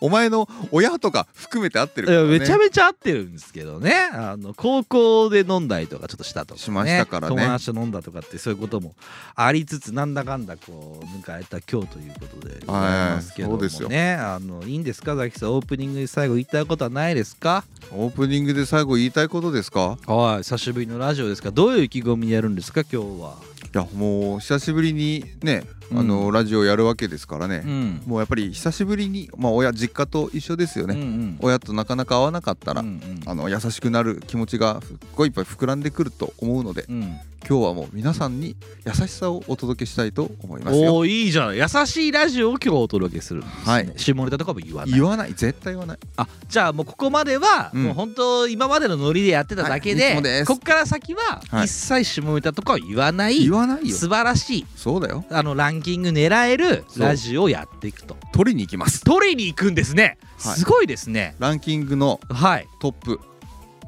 お前の親とか含めて合ってる いかやら、ね、めちゃめちゃ合ってるんですけどねあの高校で飲んだりとかちょっとしたとか、ね、しましたからね友達と飲んだとかってそういうこともありつつなんだかんだこう迎えた今日ということでございますけどもはいそうねあのいいんですかザキさんオープニングで最後言いたいことはないですかオープニングで最後言いたいことですかはい久しぶりのラジオですかどういう意気込みでやるんですか今日は、いやもう久しぶりにね、あうのラジオやるわけですからね、んもうやっぱり久しぶりに、まあ、親実家と一緒ですよね、うんうん親となかなか会わなかったら、うんうんあの優しくなる気持ちがすっごいいっぱい膨らんでくると思うので、うん今日はもう皆さんに優しさをお届けしたいと思いますよおーいいじゃない優しいラジオを今日お届けするんです、ねはい下ネタとかも言わない言わない絶対言わないあじゃあもうここまでは、うんもう本当今までのノリでやってただけはいいで,、つもですここから先ははい一切下ネタとかは言わない、言わないよ素晴らしいそうだよあのランキング狙えるそうラジオをやっていくと取りに行きます取りに行くんですね、はいすごいですねランキングのはいトップ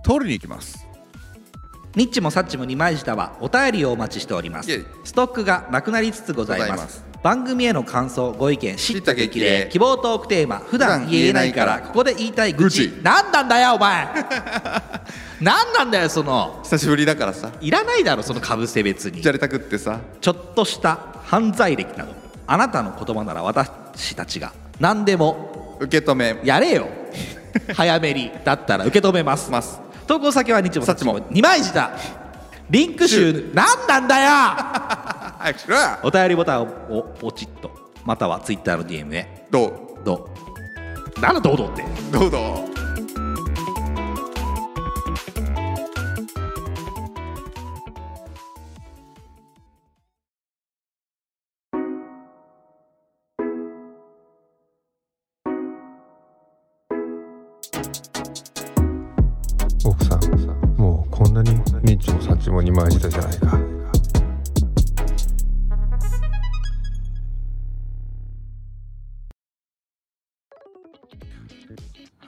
取りに行きますニッチもサッチも二枚舌はお便りをお待ちしておりまイェすイストックがなくなりつつございますございます番組への感想ご意見知った知った激激励励希望トークテーマ普段普段言言ええなないいかかららここで言いたい愚痴愚痴何なんだよお 前何なんだよその久しぶりだからさいらないだろそのかぶせ別にじゃれたくってさちょっとした犯罪歴などあなたの言葉なら私たちが何でも受け止めやれよ早めにだったら受け止めますます投稿先は日もサさッっチちもも二枚舌リンク集何なんだ よ早くしろお便りボタンをポチッとまたはツイッターの DM へどどうなんだ堂々ってうどうどう奥さんもうこんなにニッチもサッチも二枚舌じゃないか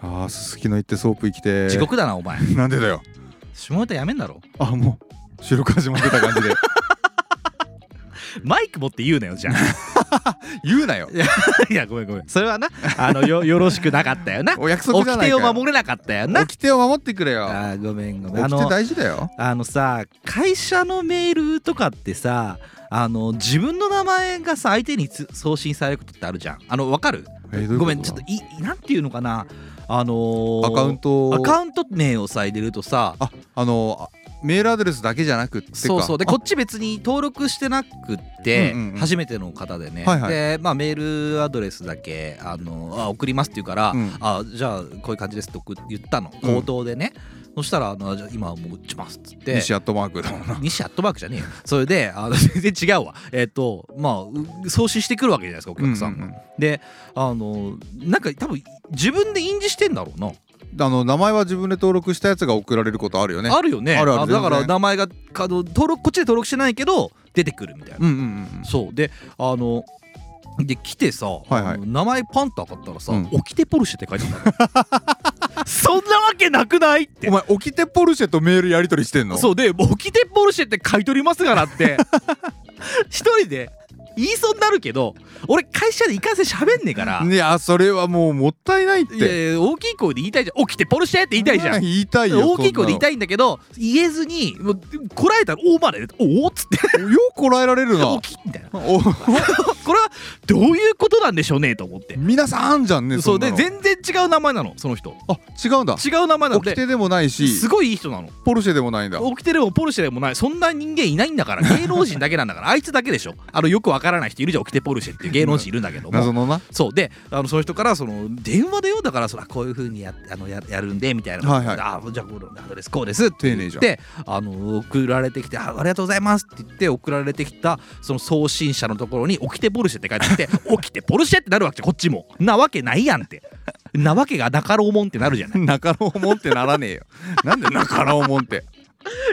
ああすすきの行ってソープ行きて地獄だなお前なんでだよ下ネタやめんだろあもう収録始まってた感じでマイク持って言うなよじゃあ 言うなよいやごめんごめんそれはなあのよよろしくなかっ たよなお約束じゃないかよ掟を守れなかったよな起きてを守ってくれよあーごめんごめんあ起きての大事だよあのさ会社のメールとかってさあの自分の名前がさ相手につ送信されることってあるじゃんあのわかるえーどういうことごめんちょっといなんていうのかなあのーアカウントアカウント名をさ入れるとさああのあメールアドレスだけじゃなくってかそうそうであこっち別に登録してなくって、うんうんうん初めての方でね、はいはいで、まあ、メールアドレスだけあのあ送りますって言うから、うんあじゃあこういう感じですって送言ったのうん口頭でね、そしたらあのじゃあ今はもう打ちますっつって西アットマークだもんな 西アットマークじゃねえよそれであの 全然違うわえっ、とまあう送信してくるわけじゃないですかお客さんが、うんうんであのなんか多分自分で印字してんだろうな、うんあの名前は自分で登録したやつが送られることあるよねあるよねあるあるのだか全ら然名前があの登録こっちで登録してないけど出てくるみたいな、うんうんうんそうであので来てさ、はいあの名前パンと上がったらさ「うんオキテポルシェ」って書いてあったの そんなわけなくないってお前起きてポルシェとメールやり取りしてんのそうで「もうオキテポルシェ」って買い取りますからって 一人で言いそうになるけど俺会社でいかんせん喋んねえから、いやそれはもうもったいないっていやいや大きい声で言いたいじゃん「オキテポルシェ」って言いたいじゃん言いたいよ大きい声で言いたいいんだけど言えずにもうこらえたら「おまで」おお」っつ ってようこらえられる「 大なきい」みたいなおこれはどういうことなんでしょうねと思って皆さんあんじゃんねそうんなでの全然違う名前なのその人あ違うんだ違う名前なの起きでてでもないしすごいいい人なのポルシェでもないんだ起きてるもポルシェでもないそんな人間いないんだ から芸能人だけなんだからあいつだけでしょあのよくわからない人いるじゃん起きてポルシェっていう芸能人いるんだけど謎もの なそうであのその人からその電話でよだからそのあこういうふうにやあのややるんでみたいな、はいはいあじゃあこのアドレスこうですって丁言寧っじゃんてあの送られてきてあありがとうございますって言って送られてきたその送信者のところに起きてポルシェって書い てあって起きてポルシェってなるわけじゃんこっちもなわけないやんってなわけがなかろうもんってなるじゃない中野もんってならねえよなんで中野もんって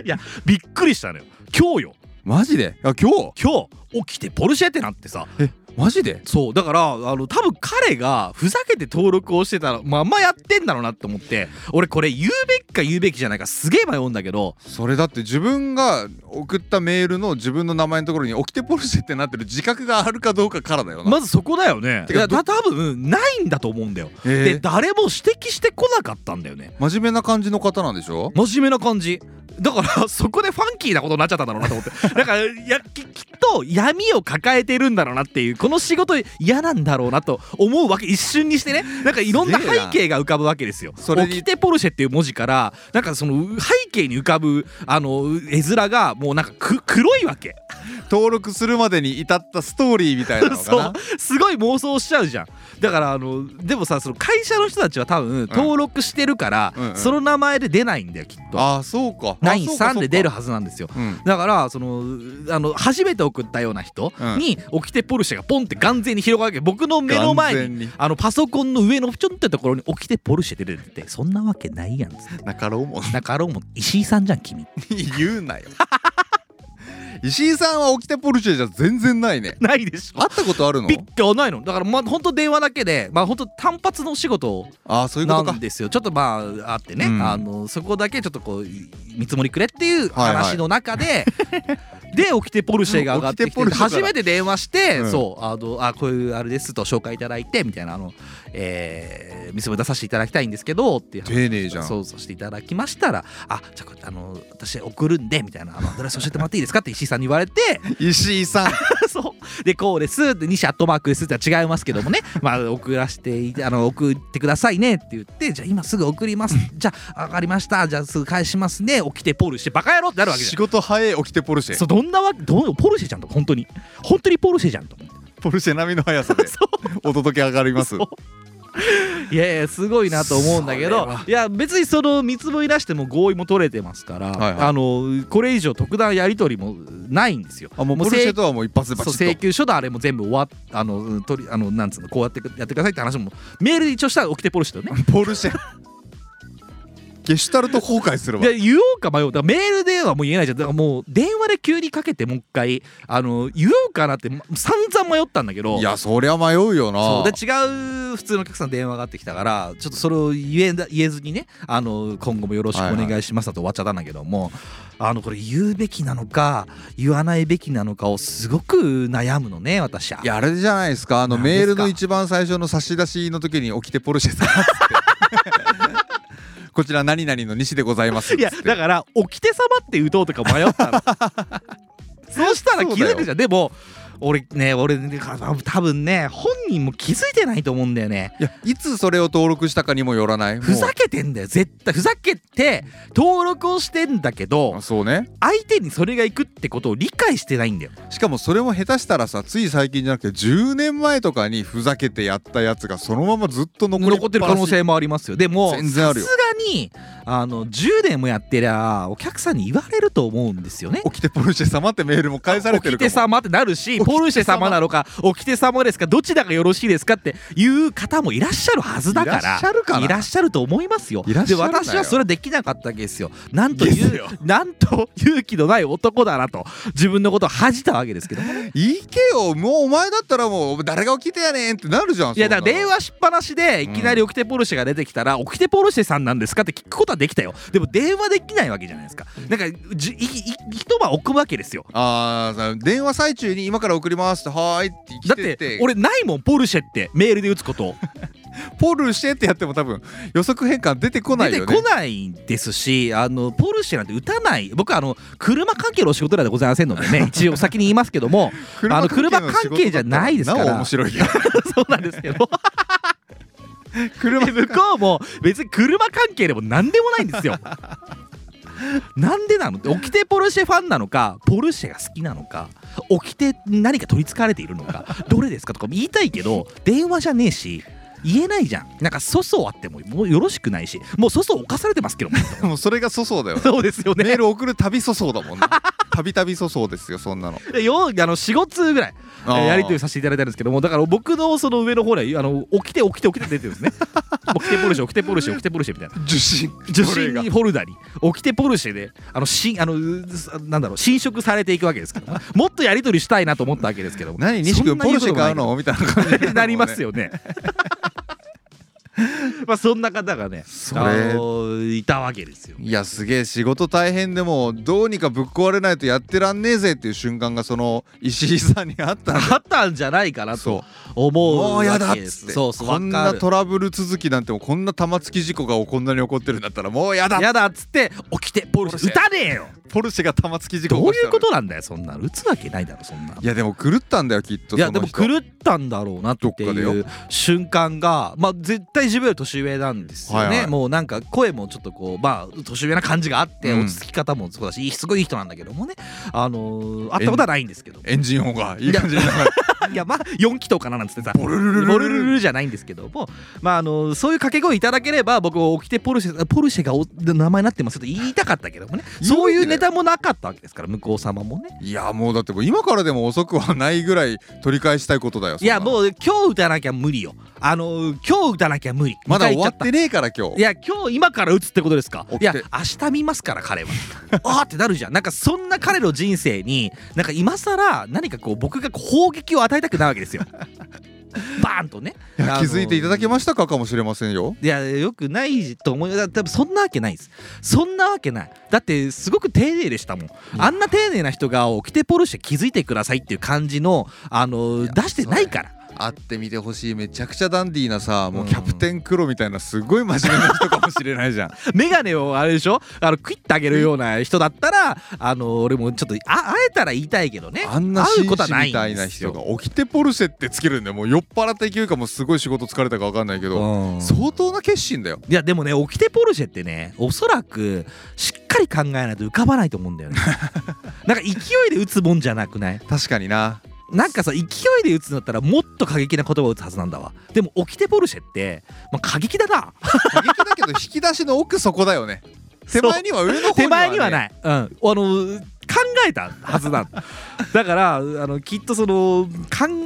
いやびっくりしたのよ今日よマジであ今日今日起きてポルシェってなってさえマジでそうだからあの多分彼がふざけて登録をしてたらまあまあやってんだろうなって思って俺これ言うべきか言うべきじゃないかすげえ迷うんだけどそれだって自分が送ったメールの自分の名前のところに「起きてポルシェ」ってなってる自覚があるかどうかからだよな、まずそこだよねていかやどだ多分ないんだと思うんだよ、えーで誰も指摘してこなかったんだよね真面目な感じの方なんでしょ真面目な感じだから そこでファンキーなことになっちゃったんだろうなと 思ってだからやききっと闇を抱えてるんだろうなっていうこの仕事嫌なんだろうなと思うわけ一瞬にしてねなんかいろんなす背げえな景が浮かぶわけですよ「それ起にきてポルシェ」っていう文字からなんかその背景に浮かぶあの絵面がもうなんかく黒いわけ登録するまでに至ったストーリーみたいなのかそうなすごい妄想しちゃうじゃんだからあのでもさその会社の人たちは多分登録してるから、うんうんその名前で出ないんだよきっと。ああそうかナインそうかそう3かで出るはずなんですようんだからそのあの初めて送ったような人うんに起きてポルシェがポンって眼前に広がるわけ僕の目の前ににあのパソコンの上のちょんってところに起きてポルシェ出ててそんなわけないやんっつってなかろうもんだからもう石井さんじゃん君言うなよ 石井さんは起きてポルシェじゃ全然ないねないでしょ会ったことあるのピッてはないのだからまあ本当電話だけでまあ本当単発のお仕事ああそういうこなとかんですよちょっとまああってね、うんあのそこだけちょっとこうい見積もりくれっていうはいはい話の中で、 で起きてポルシェが上がってき起きてポてルシェから初めて電話して、うんそうあのあこういうあれですと紹介いただいてみたいなあの、えー、見積もり出させていただきたいんですけどっていう話丁寧じゃんそうそうしていただきましたら「あじゃあこあの私送るんで」みたいなあの「アドレス教えてもらっていいですか?」って石井さんに言われて石井さん そうでこうですで西アットマークですっては違いますけどもね まあ送らせていあの送ってくださいねって言ってじゃあ今すぐ送 りますじゃあ分かりましたじゃあすぐ返しますね起きてポールしてバカ野郎ってなるわけじ仕ゃ事早い起きてポルシんェそうどんなわけどうポルシェちゃんと本当に本当にポルシェじゃんと思ってポルシェ並みの速さでお届け上がりますそう いやいやすごいなと思うんだけそどれはいや別にその見積もり出しても合意も取れてますから、はいはいあのこれ以上特段やり取りもないんですよあもうもうポルシェとはもう一発でバチそうッ請と求書だあれも全部終わっあのうん取りあのなんつうのこうやってくやってくださいって話もメールで一応したら起きてポルシェとねポルシェゲシュタルト崩壊するわで言おうか迷うだからメールではもう言えないじゃんだからもう電話で急にかけてもう一回あの言おうかなってま散々迷ったんだけどいやそりゃ迷うよそうなで違う普通のお客さんの電話がかかってきたからちょっとそれを言えな言えずにねあの今後もよろしくお願いしますだと終わっちゃったんだけども、あのこれ言うべきなのか言わないべきなのかをすごく悩むのね私はいやあれじゃないですかあの何ですメかールの一番最初の差し出しの時に起きてポルシェ さんっつってこちら何々の西でございますいやだから「起きてさま」って打とうとか迷っ たのそうしたら気づくじゃんでも俺ね俺ね多分ね本人も気づいてないと思うんだよねいやいつそれを登録したかにもよらないふざけてんだよ絶対ふざけて登録をしてんだけもうどそうね相手にそれがいくってことを理解してないんだよしかもそれも下手したらさつい最近じゃなくて10年前とかにふざけてやったやつがそのままずっと残りっぱなし残ってる可能性もありますよでも全然あさるすよがにあの10年もやってりゃお客さんに言われると思うんですよね起きてポルシェ様ってメールも返されてるおきてかも様ってなるしおきて様ポルシェ様なのかおきて様ですかどちらがよろしいですかっていう方もいらっしゃるはずだからいらっしゃるかないらっしゃると思いますよいらっしゃるなよで私はそれできなかったわけですよなんといですうよなんと勇気のない男だなと自分のことを恥じたわけですけ どもねいけよもうお前だったらもう誰が起きてやねんってなるじゃんいやだから電話話しっぱなしでいきなりオキテポルシェが出てきたら、オキテポルシェさんなんですかって聞くことはできたよでも電話できないわけじゃないですかなんかじゅいい一晩置くわけですよあーさ電話最中に今から送りますってはーいってだ来っててて 俺ないもんポルシェってメールで打つことポルシェってやっても多分予測変換出てこないよね出てこないですしあのポルシェなんて打たない僕はあの車関係のお仕事ではございませんのでね一応先に言いますけ どもあの車関係じゃないですからなお面白いけど そうなんですけど車で向こうも別に車関係でも何でもないんですよなんでなのって起きてポルシェファンなのかポルシェが好きなのか起きて何か取りつかれているのかどれですかとか言いたいけど電話じゃねえし言えないじゃんなんか粗相あってももうよろしくないしもう粗相犯されてますけどももうそれが粗相だよね そうですよねメール送るたび粗相だ もんねたびたび粗相ですよそんなのでよあの45通ぐらいえあーーやり取りさせていただいたんですけどもだから僕のその上の方にあの起きて起きて起きてって出てるんですね 起きてポルシェ起きてポルシェ起きてポルシェみたいな受信受それ信がにフォルダに起きてポルシェであのしあのうすなんだろう侵食されていくわけですけどももっとやり取りしたいなと思ったわけですけども何西そ君んなポル言こシとェ買もうないのみたいな感じにるもんね なりますよね。まあそんな方がね、れあのいたわけですよ。いやすげえ仕事大変でもどうにかぶっ壊れないとやってらんねえぜっていう瞬間がその石井さんにあったんだあったんじゃないかなとそ思ううもうやだわっけでつすってそうそうこんなわかるトラブル続きなんてもうこんな玉突き事故がこんなに起こってるんだったらもうやだやだっつって起きてポルシェ打たねえよポルシェが玉突き事故ど起うこしいたのうことなんだよそんなの打つわけないだろそんなのいやでも狂ったんだよきっといやでもその人狂ったんだろうなってどっかでいよう瞬間がまあ絶対自分より年上なんですよね、はいはいもうなんか声もちょっとこうまあ年上な感じがあってうん落ち着き方もそうだし、いいすごいいい人なんだけどもねあのー会ったことはないんですけどエンジン音がいい感じに流れいやまあ4気筒かななんつってさボルルルルじゃないんですけどもまああのそういう掛け声いただければ僕オキテポルシェポルシェがお名前になってますと言いたかったけどもねそういうネタもなかったわけですから向こう様もねいやもうだってもう今からでも遅くはないぐらい取り返したいことだよいやうもう今日打たなきゃ無理よあの今日打たなきゃ無理まだ迎え終行わちゃってねえから今い日や今日今から打つってことですか起きいてや明日見ますから彼は あーってなるじゃんなんかそんな彼の人生になんか今更何かこう僕がこう砲撃を与えたくないわけ ですよバーンとねいやあの気づいていただけましたかかもしれませんよいやよくないと思うだ多分そんなわけないですそんなわけないだってすごく丁寧でしたもん、あんな丁寧な人が起きてポルシェ気づいてくださいっていう感じのあの出してないから会ってみてほしいめちゃくちゃダンディーなさもううんキャプテン黒みたいなすごい真面目な人かもしれないじゃん眼鏡をあれでしょあのクイッてあげるような人だったらあの俺もちょっとあ会えたら言いたいけどねあんな会紳士うこみとはないんたいでなすよ人が起きてポルシェってつけるんだよもう酔っ払った勢いかもうすごい仕事疲れたか分かんないけどうん相当な決心だよいやでもねオキテポルシェってねおそらくしっかり考えないと浮かばないと思うん だよねなんか勢いで打つもんじゃなくない確かにななんかさ勢いで打つんだったらもっと過激な言葉を打つはずなんだわでもオキテポルシェって、まあ、過激だな過激だけど引き出しの奥そこだよね手前には上の方には、ね、 手前にはいない、うん、あの考えたはず なんだだからあのきっとその考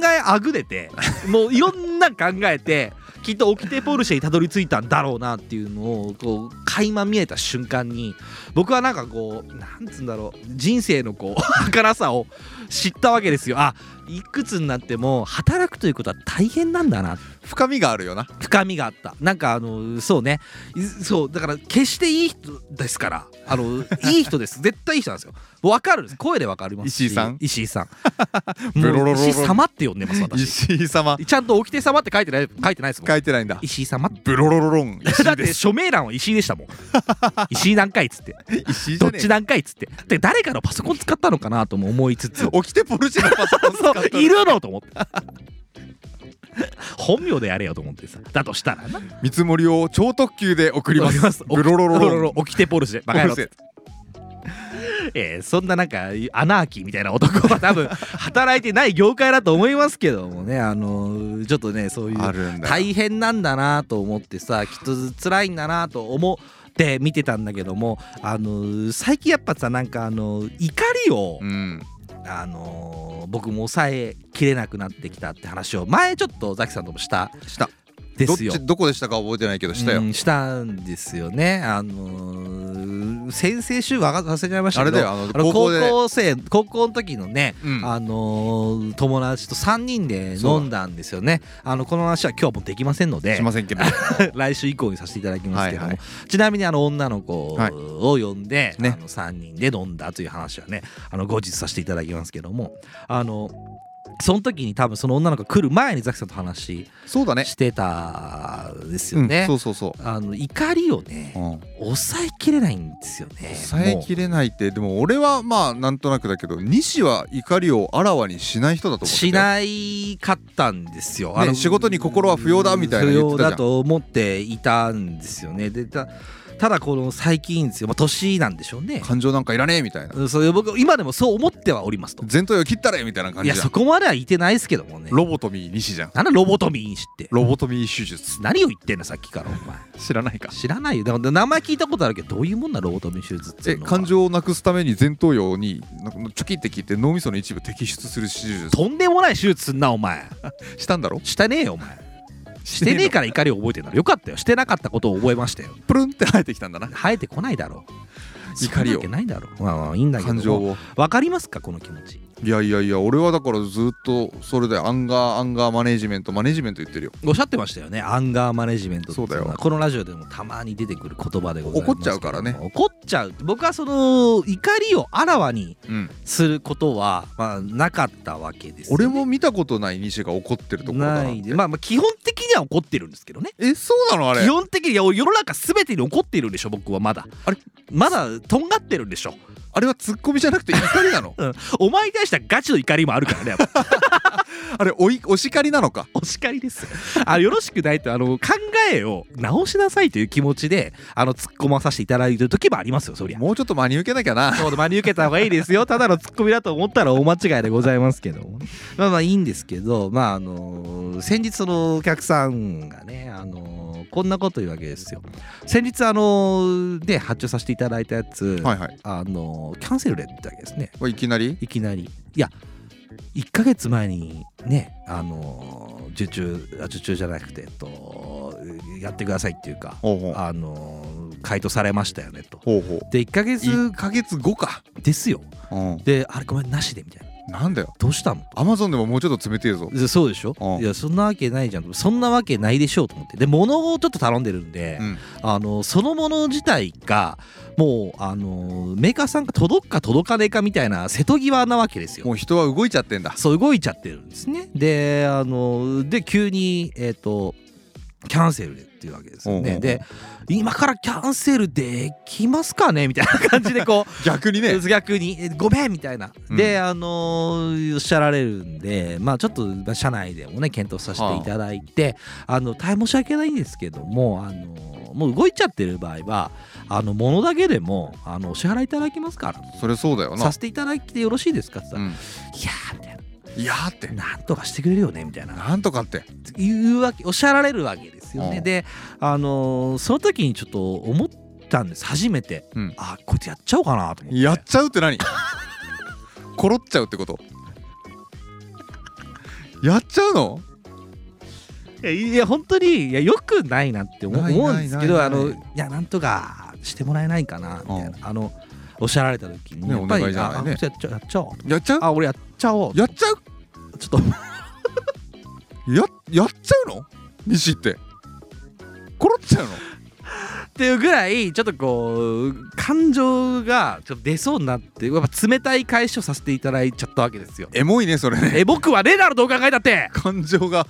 えあぐれてもういろんな考えてきっとオキテポルシェにたどり着いたんだろうなっていうのをこう垣間見えた瞬間に僕はなんかこうなんつうんだろう人生のこう儚さを知ったわけですよあいくつになっても働くということは大変なんだな深みがあるよな深みがあったなんかあのそうねいそうだから決していい人ですから あのいい人です絶対いい人なんですよ分かるんです声で分かります石し井さん石 井さんブロロロもロう石井様って呼んでます私石井様ちゃんと「掟様」って書いてない書いてないですもん書いてないんだ石井様ってブロロロロン石だ井っでてす署名欄は石井 でしたもん石井何回っつって石井じどゃっねち何回っつってで誰かのパソコン使ったのかなとも思いつつえ起きてポルシェのパソコン使ったそういるのと思って本名でやれよと思ってさだとしたらな見積もりを超特急で送ります ブロロ ロロン起きてポルシェバカ野郎ポルシ えーそんななんかアナーキーみたいな男は多分働いてない業界だと思いますけどもねあのーちょっとねそういあうるんだよ大変なんだなと思ってさきっと辛いんだなと思って見てたんだけどもあのー最近やっぱさなんかあのー怒りを、うんあのー僕も抑えきれなくなってきたって話を前ちょっとザキさんともしたしたでどっすよちどこでしたか覚えてないけどしたよ、うんしたんですよね。あのー先々週は忘れちゃいましたあけれだど、よあのあの高高校で校生高校の時のね、うんあのー友達と3人で飲んだんですよね。あのこの話は今日はもうできませんのでし、ませんけど 来週以降にさせていただきますけども、はいはちなみにあの女の子をはい呼んで、ねあの3人で飲んだという話はね、あの後日させていただきますけども、あのその時に多分その女の子が来る前にザキさんと話そうだねしてたんですよね。うん、そうそうそあの怒りをねう、うん抑えきれないんですよね。抑えきれないってでも俺はまあなんとなくだけど西は怒りをあらわにしない人だと思もうってしいないかったんですよ。ね仕事に心は不要だみたいな不言って要たじゃんだと思っていたんですよね。でたただこの最近ですよ、まあ、年なんでしょうね。感情なんかいらねえみたいなうんそういう僕今でもそう思ってはおりますと。前頭葉切ったれみたいな感いじやじゃそんこまでは言ってないですけどもね。ロボトミー西じゃんなんだロボトミーしって。ロボトミー手術何を言ってんのさっきからお前。知らないか知らないよ。だから名前聞いたことあるけどどういうもんなロボトミー手術っていえうのは。感情をなくすために前頭葉になんかチョキって切って脳みその一部摘出する手術とんでもない手術すんなお前。 したんだろしたねえよお 前。してねえから怒りを覚えてるんだろよかったよしてなかったことを覚えましたよプルンって生えてきたんだな生えてこないだろう怒りをそんなわけないだろうまあまあいいんだけど感情をわかりますかこの気持ちいやいやいや俺はだからずっとそれでアンガーアンガーマネジメントマネジメント言ってるよおっしゃってましたよねアンガーマネジメントってそうだよこのラジオでもたまに出てくる言葉でございますけども怒っちゃうからね怒っちゃう僕はその怒りをあらわにうんすることは、まあ、なかったわけですよね、俺も見たことない西が怒ってるところだなないでまあまあ基本的には怒ってるんですけどねえそうなのあれ基本的にいや俺世の中全てに怒っているんでしょ僕はまだあれまだとんがってるんでしょあれはツッコミじゃなくて怒りなのうんお前に対してはガチの怒りもあるからねやっぱ あれおいお叱りなのか お叱りです。あよろしくないとあの考えを直しなさいという気持ちであの突っ込まさせていただいてる時もありますよそりゃもうちょっと真に受けなきゃなちょうど真に受けた方がいいですよただのツッコミだと思ったら大間違いでございますけどもねまあまあいいんですけどまああの先日そのお客さんがねあのこんなこと言うわけですよ先日あので発注させていただいたやつ、はいはいあのキャンセルでってわけですねおいきなりいきなりいや1ヶ月前にねあの受注あ受注じゃなくてえっとやってくださいっていうかほうほうあの回答されましたよねとほうほうで1ヶ月1ヶ月後かですようんであれごめんなしでみたいななんだよどうしたのアマゾンでももうちょっと冷てえぞでそうでしょうんいやそんなわけないじゃんそんなわけないでしょうと思ってで物をちょっと頼んでるんで、うんあのそのもの自体がもうあのメーカーさんが届くか届かねえかみたいな瀬戸際なわけですよもう人は動いちゃってんだそう動いちゃってるんですねであので急にえっ、とキャンセルでっていうわけですようんうんうねんで今からキャンセルできますかねみたいな感じでこう逆 にね逆にえ「ごめん」みたいな、うんであのーおっしゃられるんでまあちょっとまあ社内でもね検討させていただいて、あ、の大変申し訳ないんですけどもあのーもう動いちゃってる場合はあの物だけでもあのお支払いいただけますからそれそうだよなさせていただいてよろしいですか?」って言ったうら「んいやー」みたいいやーってな「なんとかしてくれるよね」みたいななんとかっていうわけおっしゃられるわけですよね、うんであのーその時にちょっと思ったんです初めて、うんあこいつやっちゃおうかなと思ってやっちゃう って何コロっちゃうってことやっちゃうのいやいや本当にいやよくないなって思うない思うんですけどないあないのないいやなんとかしてもらえないかなみたいなあのおっしゃられた時にねやっぱり、お願いじゃあないあねやっちゃおうやっちゃおうやっちゃうあ俺やっちゃおうやっちゃうちょっとややっちゃうの西ってコロっちゃうのっていうぐらいちょっとこう感情がちょっと出そうになってやっぱ冷たい返しをさせていただいちゃったわけですよエモいねそれねえ僕はねえだろどう考えたって感情が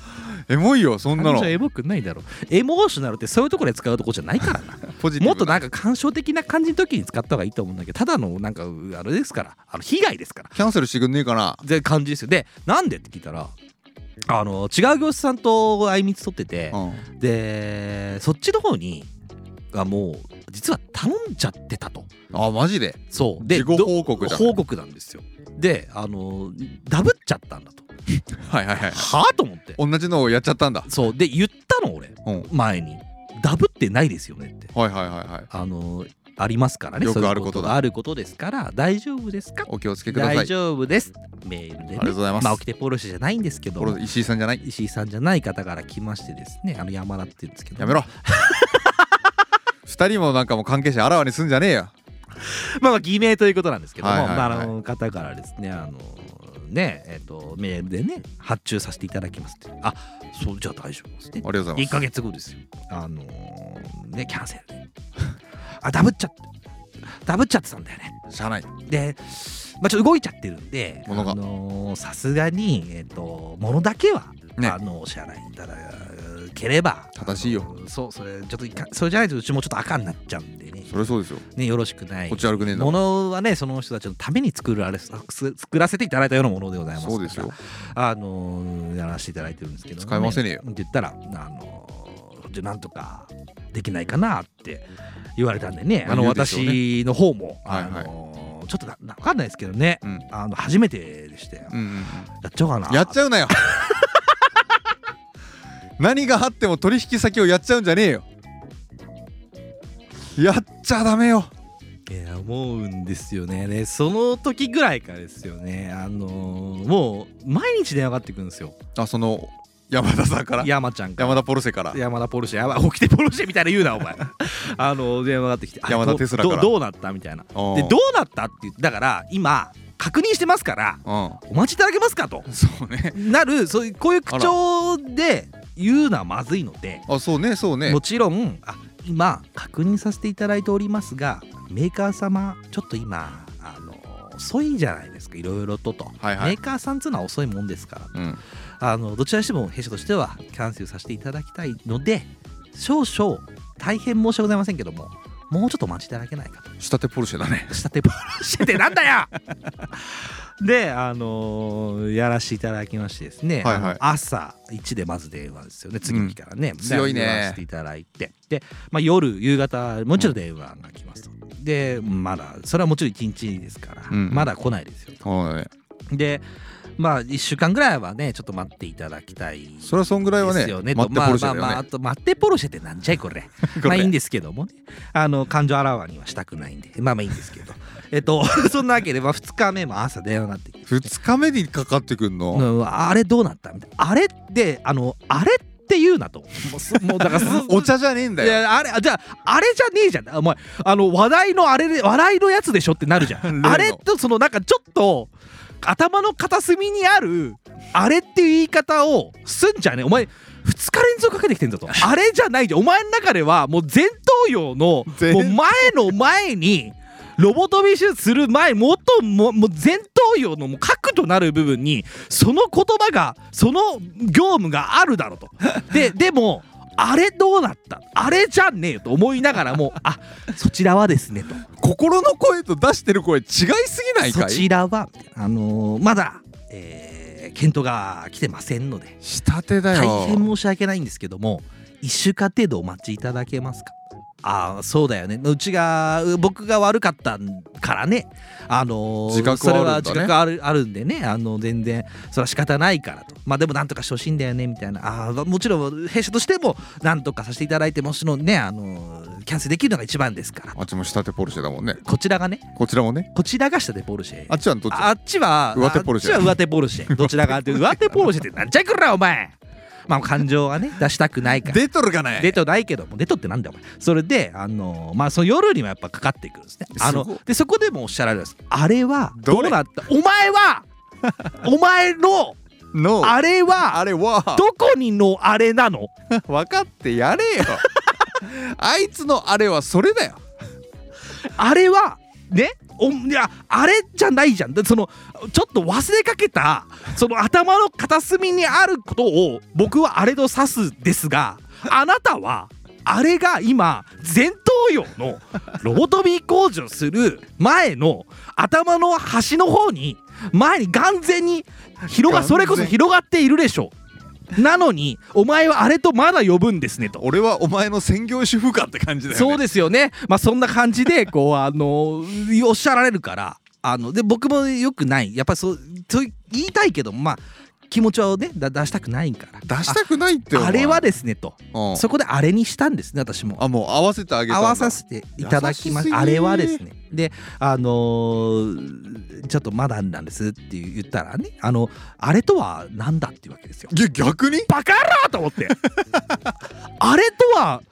エモいよそんな感の情エモくないだろエモーショナルってそういうところで使うとこじゃないからなポジティブもっとなんか感傷的な感じの時に使った方がいいと思うんだけどただのなんかあれですからあの被害ですからキャンセルしてくんねえかなで感じですよでなんでって聞いたらあの違う業者さんとあいみつ取っててうんでそっちの方にがもう実は頼んじゃってたとあマジでそうで自己報告じどゃん報告なんですよであのダブっちゃったんだとはいはいはいはあと思って同じのをやっちゃったんだそうで言ったの俺うん前にダブってないですよねってはいはいはいはいあのありますからねよくそういうあることだがあることですから大丈夫ですかお気をつけください大丈夫ですメールでねありがとうございますあ起きてポルシェじゃないんですけどこれ石井さんじゃない石井さんじゃない方から来ましてですねあの山田って言うんですけどやめろ二人もなんかもう関係者あらわにすんじゃねえよまあまあ偽名ということなんですけども、はいはいはいまあ、あの方からですねあのねえっ、とメールでね発注させていただきますってあそうじゃあ大丈夫ですねありがとうございます1ヶ月後ですよあのねキャンセルで あダブっちゃってダブっちゃってたんだよね社内で、まあ、ちょっと動いちゃってるんで、あ物がのーさすがに、えっと物だけは、ねあのお支払いいただければ正しいよあのそうそれちょっといかそれじゃないとうちもちょっと赤になっちゃうんでねそれそうですよねよろしくないこっち悪くねえんだもん物はねその人たちのために作られす作らせていただいたようなものでございますからそうですよあのーやらせていただいてるんですけど、使えませねえよって言ったら、あのーじゃあなんとかできないかなって言われたんでね、まああの言うでしょうね私の方も、はいはいあのーちょっとなな分かんないですけどね、うんあの初めてでして、うんうんやっちゃおうかなうんやっちゃうなよ 何があっても取引先をやっちゃうんじゃねえよやっちゃダメよいや思うんですよねでその時ぐらいからですよね、あのーもう毎日電話がかってくるんですよあその山田さんから山ちゃんから山田ポルセから山田ポルシェやばい起きてポルシェみたいな言うな お前あの電話がかってきてあ山田テスラからどどうなったみたいなうんでどうなったって言ってだから今確認してますからうお待ちいただけますかとんそうねなるそういうこういう口調で言うのはまずいのであそうねそうねもちろんあ今確認させていただいておりますがメーカー様ちょっと今あの遅いじゃないですかいろいろとと、はいはいメーカーさんっていうのは遅いもんですからうんあのどちらにしても弊社としてはキャンセルさせていただきたいので少々大変申し訳ございませんけどももうちょっとお待ちいただけないかと下手ポルシェだね下手ポルシェってなんだよであのーやらせていただきましてですね、はいはいあの朝1でまず電話ですよね次の日からね、強いね電話していただいてで、まあ、夜夕方もうちょっと電話が来ますと、でまだそれはもちろん1日ですから、うんまだ来ないですよそうだねでまあ1週間ぐらいはねちょっと待っていただきたいそれはそんぐらいはでねすよね待ってポルシェだよね、まあまあまああと待ってポルシェってなんじゃいこれれまあいいんですけどもねあの感情あらわにはしたくないんでまあまあいいんですけど えっとそんなわけで、まあ、2日目も朝電話があってきて2日目にかかってくんの、うんあれどうなったみたいなあれってあのあれって言うなともうすもうだ からすお茶じゃねえんだいよやあれあじゃああれじゃねえじゃんあお前あの話題のあれで笑いのやつでしょってなるじゃんのあれとそのなんかちょっと頭の片隅にあるあれっていう言い方をすんじゃねえお前2日連続かけてきてんだ とあれじゃないじゃんお前の中ではもう前頭葉のも前う前の前にロボ飛び手術する前もっとももう前頭葉のもう核となる部分にその言葉がその業務があるだろうと。 ででもあれどうなったあれじゃねえよと思いながらもあそちらはですねと心の声と出してる声違いすぎないかそいちらはあのーまだ、えー、検討が来てませんので下手だよ大変申し訳ないんですけども1週間程度お待ちいただけますかああそうだよねうちがう僕が悪かったからねあのー自覚それははあるんだね自覚あるあるんでねあの全然それは仕方ないからとまあでもなんとかしてほしいんだよねみたいなあーもちろん弊社としてもなんとかさせていただいてもちろんねあのーキャンセルできるのが一番ですからあっちも下手ポルシェだもんねこちらがねこちらもねこちらが下でポルシェあっちはどっちあっちは上手ポルシェあっちは上手ポ ルシェどちらが上手ポルシェってなんじゃいくらお前まあ感情はね出したくないから出とるかね出とないけども出とってなんだよお前それであのーまあその夜にもやっぱかかってくるんですねあすごのいでそこでもおっしゃられるんですあれはどどれうなったお 前はお前ののあれはあれはどこにのあれなの分かってやれ よあいつのあれはそれだよあれはねおいやあれじゃないじゃんでそのちょっと忘れかけたその頭の片隅にあることを僕はあれと指すですがあなたはあれが今前頭葉のロボトミー工事をする前の頭の端の方に前に眼前に広がそれこそ広がっているでしょうなのにお前はあれとまだ呼ぶんですねと俺はお前の専業主婦かって感じだよねそうですよね。まあそんな感じでこうあのおっしゃられるからあので僕もよくないやっぱりそうそう言いたいけどまあ気持ちをねだ出したくないから出したくないっておあ前あれはですねと、うんそこであれにしたんですね私もあもう合わせてあげた合んだわさせていただきま優しすすぎあれはですねであのーちょっとまだなんですって言ったらねあのあれとは何だっていうわけですよいや逆にバカ野郎と思ってあれとは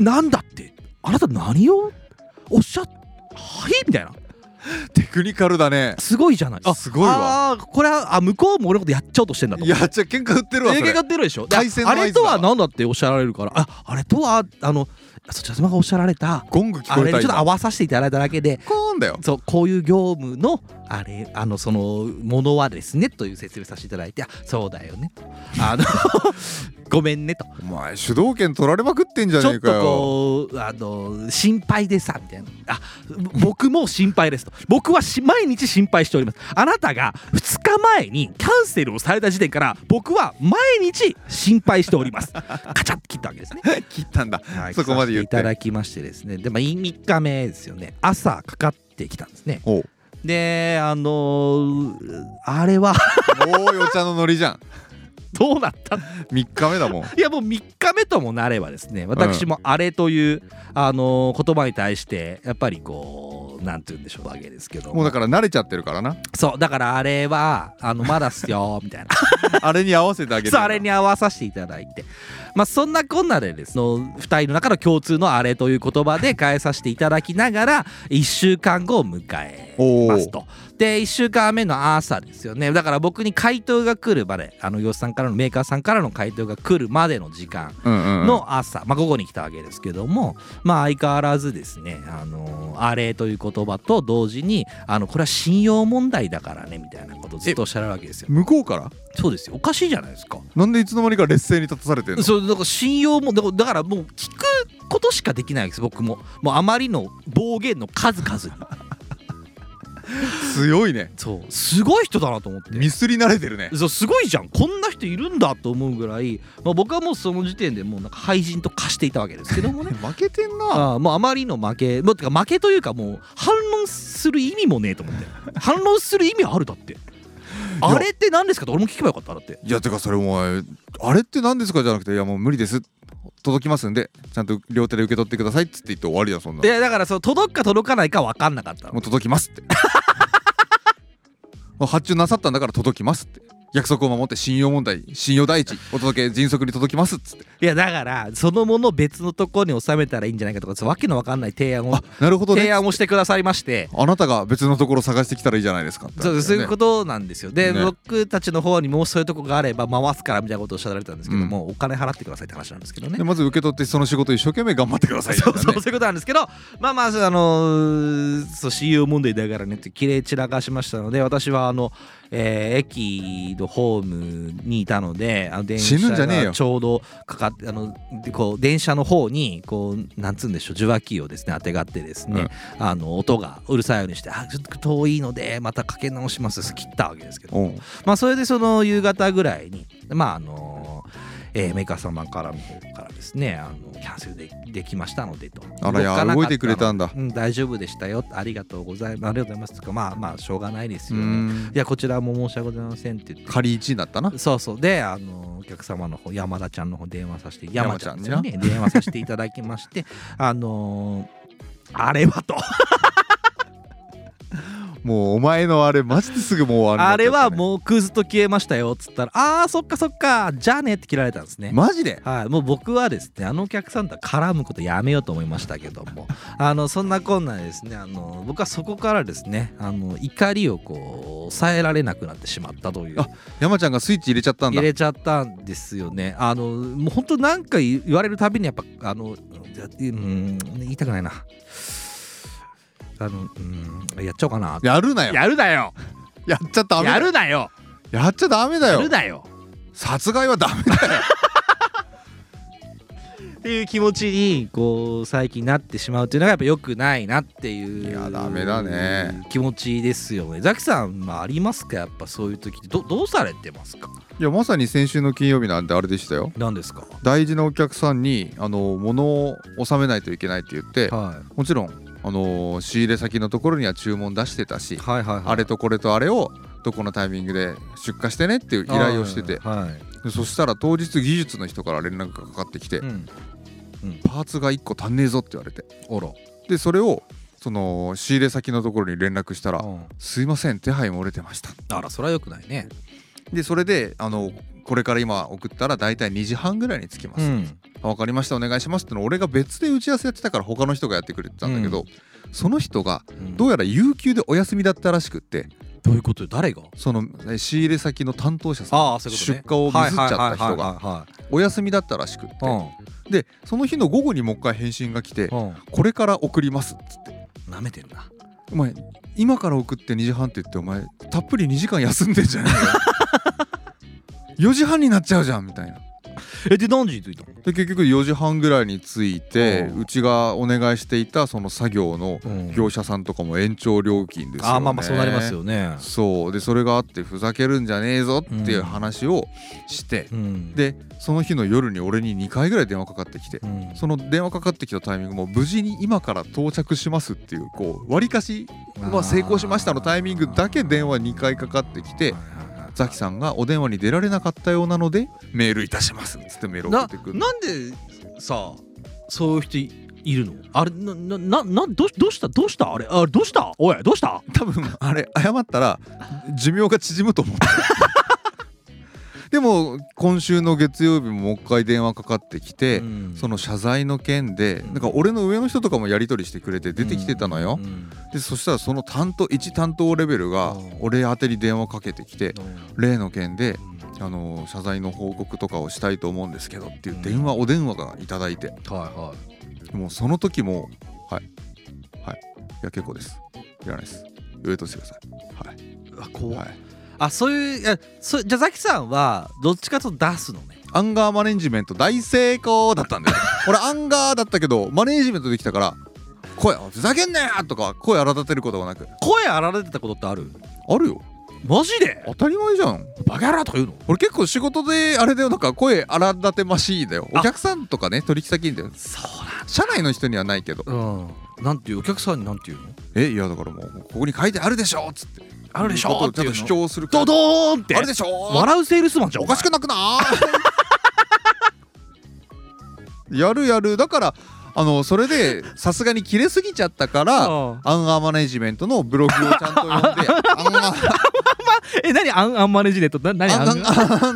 なんだってあなた何をおっしゃはいみたいなテクニカルだねすごいじゃないあすごいわあーこれはあ向こうも俺のことやっちゃおうとしてんだとい思ってやじゃあ喧嘩売ってるわそ経れ験が出るでしょで回線のあ合図だれとは何だっておっしゃられるからああれとはあのそちら様がおっしゃられたゴング聞あこれえにたちょっと今合わさせていただいただけでコーンだよそうこういう業務のあれあのそのものはですねという説明させていただいてあそうだよねとあのごめんねとお前主導権取られまくってんじゃちねょえっかとよこうあの心配でさみたいなあ僕も心配ですと僕はし毎日心配しておりますあなたが2日前にキャンセルをされた時点から僕は毎日心配しておりますカチャッと切ったわ けですね、切ったんだはいそこまで言っ切らせいたてだきましてですねで、まあ、3日目ですよね朝かかってきたんですねおうであのーあれは おいお茶のノリじゃんどうなった3日目だもんいやもう3日目ともなればですね私も「あれ」という、あのー言葉に対してやっぱりこうなんて言うんでしょうわけですけどもうだから慣れちゃってるからなそうだから「あれは」あのまだっ すよみたいなあれに合わせてあげてるそうあれに合わさせていただいてまあそんなこんなでですねその2人の中の共通の「あれ」という言葉で変えさせていただきながら1週間後を迎えますとで1週間目の朝ですよねだから僕に回答が来るまであの業者さんからのメーカーさんからの回答が来るまでの時間うんうんうんの朝、まあ、午後に来たわけですけども、まあ、相変わらずですね「あのーあれ」という言葉と同時にあのこれは信用問題だからねみたいなことをずっとおっしゃるわけですよ。向こうからそうですよおかしいじゃないですか。なんでいつの間にか劣勢に立たされてんのそうだから信用もだからだからもう聞くことしかできないわけです僕ももうあまりの暴言の数々に強いね そうすごい人だなと思ってミスり慣れてるねそうすごいじゃんこんな人いるんだと思うぐらい、まあ、僕はもうその時点でもうなんか廃人と化していたわけですけどもね負けてんなああもうあまりの負けもうてか負けというかもう反論する意味もねえと 思って反論する意味あるだってあれって何ですかって俺も聞けばよかっただっていやてかそれお前あれって何ですかじゃなくていやもう無理です届きますんでちゃんと両手で受け取ってくださいっつって言って終わりだそんないやだからその届くか届かないか分かんなかったもう届きますって もう発注なさったんだから届きますって約束を守って信用問題信用第一お届け迅速に届きますっつっていやだからそのものを別のところに収めたらいいんじゃないかとかそうわけの分かんない提案をあなるほど提ね案をしてくださいましてあなたが別のところ探してきたらいいじゃないですかって話だそよね、うそういうことなんですよで、ね僕たちの方にもそういうとこがあれば回すからみたいなことをおっしゃられたんですけども、お金払ってくださいって話なんですけどねでまず受け取ってその仕事一生懸命頑張ってくださいみたいそうなねそうそういうことなんですけどまあまあそうあのーそう CEO 問題だからねってきれい散らかしましたので私はあの、えー駅のホームにいたのであの電死ぬん車じゃねえがよちょうどかかってあのでこう電車の方にこうなんつうんでしょう受話器をですね当てがってですね、あの音がうるさいようにしてあちょっと遠いのでまたかけ直しますって切ったわけですけどうんまあ、それでその夕方ぐらいに、まああのえーメーカー様からの方からですねあのキャンセルでできましたのでとあらやかなかったの動いてくれたんだうん、大丈夫でしたよありがとうございますありがとうございますとかまあまあしょうがないですうよねんいやこちらも申し訳ございませんって言って仮1位になったなそうそうであのお客様の方山田ちゃんの方電話させて山山ちちゃゃんんねですね電話させていただきまして あのあれはともうお前のあれマジですぐもう終わありれになっちゃはったねもうクズと消えましたよっつったらあーそっかそっかじゃあねって切られたんですねマジではい、もう僕はですねあのお客さんとは絡むことやめようと思いましたけどもあのそんなこんなでですねあの僕はそこからですねあの怒りをこう抑えられなくなってしまったというあ山ちゃんがスイッチ入れちゃったんだ入れちゃったんですよねあのもう本当なんか言われるたびにやっぱあのじゃうん言いたくないなあのうんやっちゃおうかなやるなよやるなよやっちゃダメだやよるなよやっちゃダメだやよるなよ殺害はダメ だよっていう気持ちにこう最近なってしまうっていうのがやっぱ良くないなっていういやダメだね気持ちですよねザキさんまあありますかやっぱそういう時ってどどうされてますかいやまさに先週の金曜日なんてあれでしたよ何ですか大事なお客さんにあの物を納めないといけないって言ってはもちろんあの仕入れ先のところには注文出してたしい、はいはいはいあれとこれとあれをどこのタイミングで出荷してねっていう依頼をしててはい、はいでそしたら当日技術の人から連絡がかかってきて、うん、パーツが1個足んねえぞって言われておろでそれをその仕入れ先のところに連絡したら「うんすいません手配漏れてましたあらそれは良くないね」でそれであのこれから今送ったら大体2時半ぐらいに着きます、んあ分かりましたお願いしますってのを俺が別で打ち合わせやってたから他の人がやってくれてたんだけど、その人がどうややら有給でお休みだったらしくってどういうことよ誰がそのえ仕入れ先の担当者さんああそういうことね出荷をミスっちゃった人がはお休みだったらしくっていはいはいはいでその日の午後にもう一回返信が来てうんうん「これから送ります」っつって舐めてるな「お前今から送って2時半って言ってお前たっぷり2時間休んでんじゃないか 4時半になっちゃうじゃんみたいなえで何時に着いたので結局4時半ぐらいに着いてうんうちがお願いしていたその作業のうん業者さんとかも延長料金ですよねあーまあまあそうなりますよねそうでそれがあってふざけるんじゃねえぞっていう話をして、うん、でその日の夜に俺に2回ぐらい電話かかってきて、うん、その電話かかってきたタイミングも無事に今から到着しますっていうこう割りかしまあ成功しましたのタイミングだけ電話2回かかってきてザキさんがお電話に出られなかったようなのでメールいたしますっつってメール送なってくるなんでさそういう人いいるのあれななななどうどうしたどうしたあれあれどうしたおいどうした多分あれ謝ったら寿命が縮むと思 ってでも今週の月曜日ももう一回電話かかってきて、そのの謝罪の件でうんなんか俺の上の人とかもやり取りしてくれて出てきてたのよ、でそしたらその担当一担当レベルがうん俺宛てに電話かけてきて例の件であのー謝罪の報告とかをしたいと思うんですけどっていう電話お電話がいただいてはもうその時もはいはいいや結構ですいらないです上としてくださいいはいあ怖はい、いはい、あそういうあそじゃあザキさんはどっちかというと出すのねあアンガーマネジメント大成功だったんだよ俺アンガーだったけどマネジメントできたから声ふざけんなよとか声荒立てることがなく声荒られてたことってあるあるよマジで当たり前じゃんバカ野郎とか言うの俺結構仕事であれだよなんか声荒立てましいだよあお客さんとかね取引先にだよそう社内の人にはないけどなんうんなんていうお客さんになんていうのえいやだからもうここに書いてあるでしょっつってあるでしょことをってちゃいんうとの主張するからドドーンってあれでしょ笑うセールスマンじゃんおかしくなくないやるやるだからあのそれでさすがに切れすぎちゃったからうんアンガーマネジメントのブログをちゃんと読ん でアンガーえ何アンアンマネジネットな何アンアガンンアンっつっ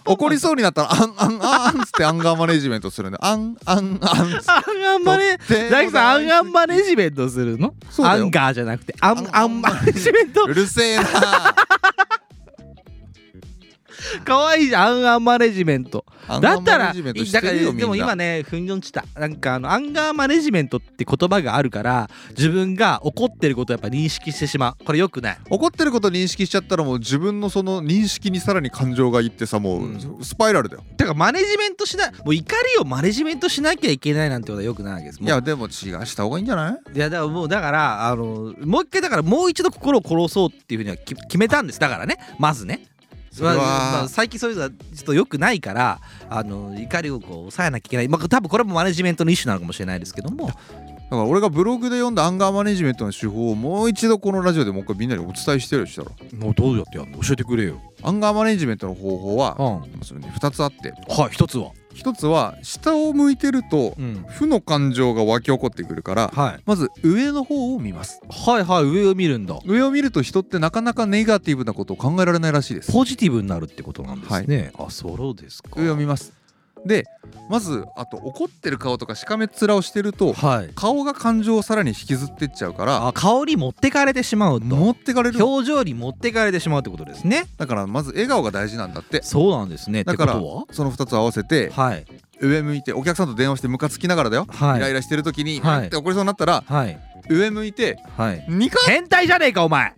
て怒りそうになったらアンアンアンっつってアンガーマネジメントするんでアンアンアンっつってアンアンマネとっても大工さんアンアンマネジメントするのそうだアよンガーじゃなくてアンアアンアンンマネジメントうるせえな可愛いじゃんアンアンマネジメントアンだガーったマネらジメントしだてからるよみんなでも今ねふんぎょんちたなんかあのアンガーマネジメントって言葉があるから自分が怒ってることをやっぱ認識してしまうこれよくない怒ってること認識しちゃったらもう自分のその認識にさらに感情がいってさもううんスパイラルだよ、だからマネジメントしないもう怒りをマネジメントしなきゃいけないなんてことはよくないわけですもういやでも違うした方がいいんじゃないいやだからもうだからあのもう一回だからもう一度心を殺そうっていうふうにはき決めたんですだからねまずねそれはまあまあ最近そういうのはちょっと良くないからあの怒りをこう抑えなきゃいけない、まあ、多分これもマネジメントの一種なのかもしれないですけどもだから俺がブログで読んだアンガーマネジメントの手法をもう一度このラジオでもう一回みんなにお伝えしてるよしたらもうどうやってやるの教えてくれよ、アンガーマネジメントの方法はうん、はいそれね2つあって一つは1つは下を向いてるとうん負の感情が湧き起こってくるからはい、まず上の方を見ますはいはい上を見るんだ上を見ると人ってなかなかネガティブなことを考えられないらしいですポジティブになるってことなんですね、あそうですか上を見ますでまずあと怒ってる顔とかしかめっ面をしてるとはい顔が感情をさらに引きずってっちゃうからあ香り持ってかれてしまうと持ってかれる表情に持ってかれてしまうってことですねだからまず笑顔が大事なんだってそうなんですねだからってこその2つを合わせてとははい上向いてお客さんと電話してムカつきながらだよ、はいイライラしてる時に、はいって怒りそうになったらはい上向いてはい2回変態じゃねえかお前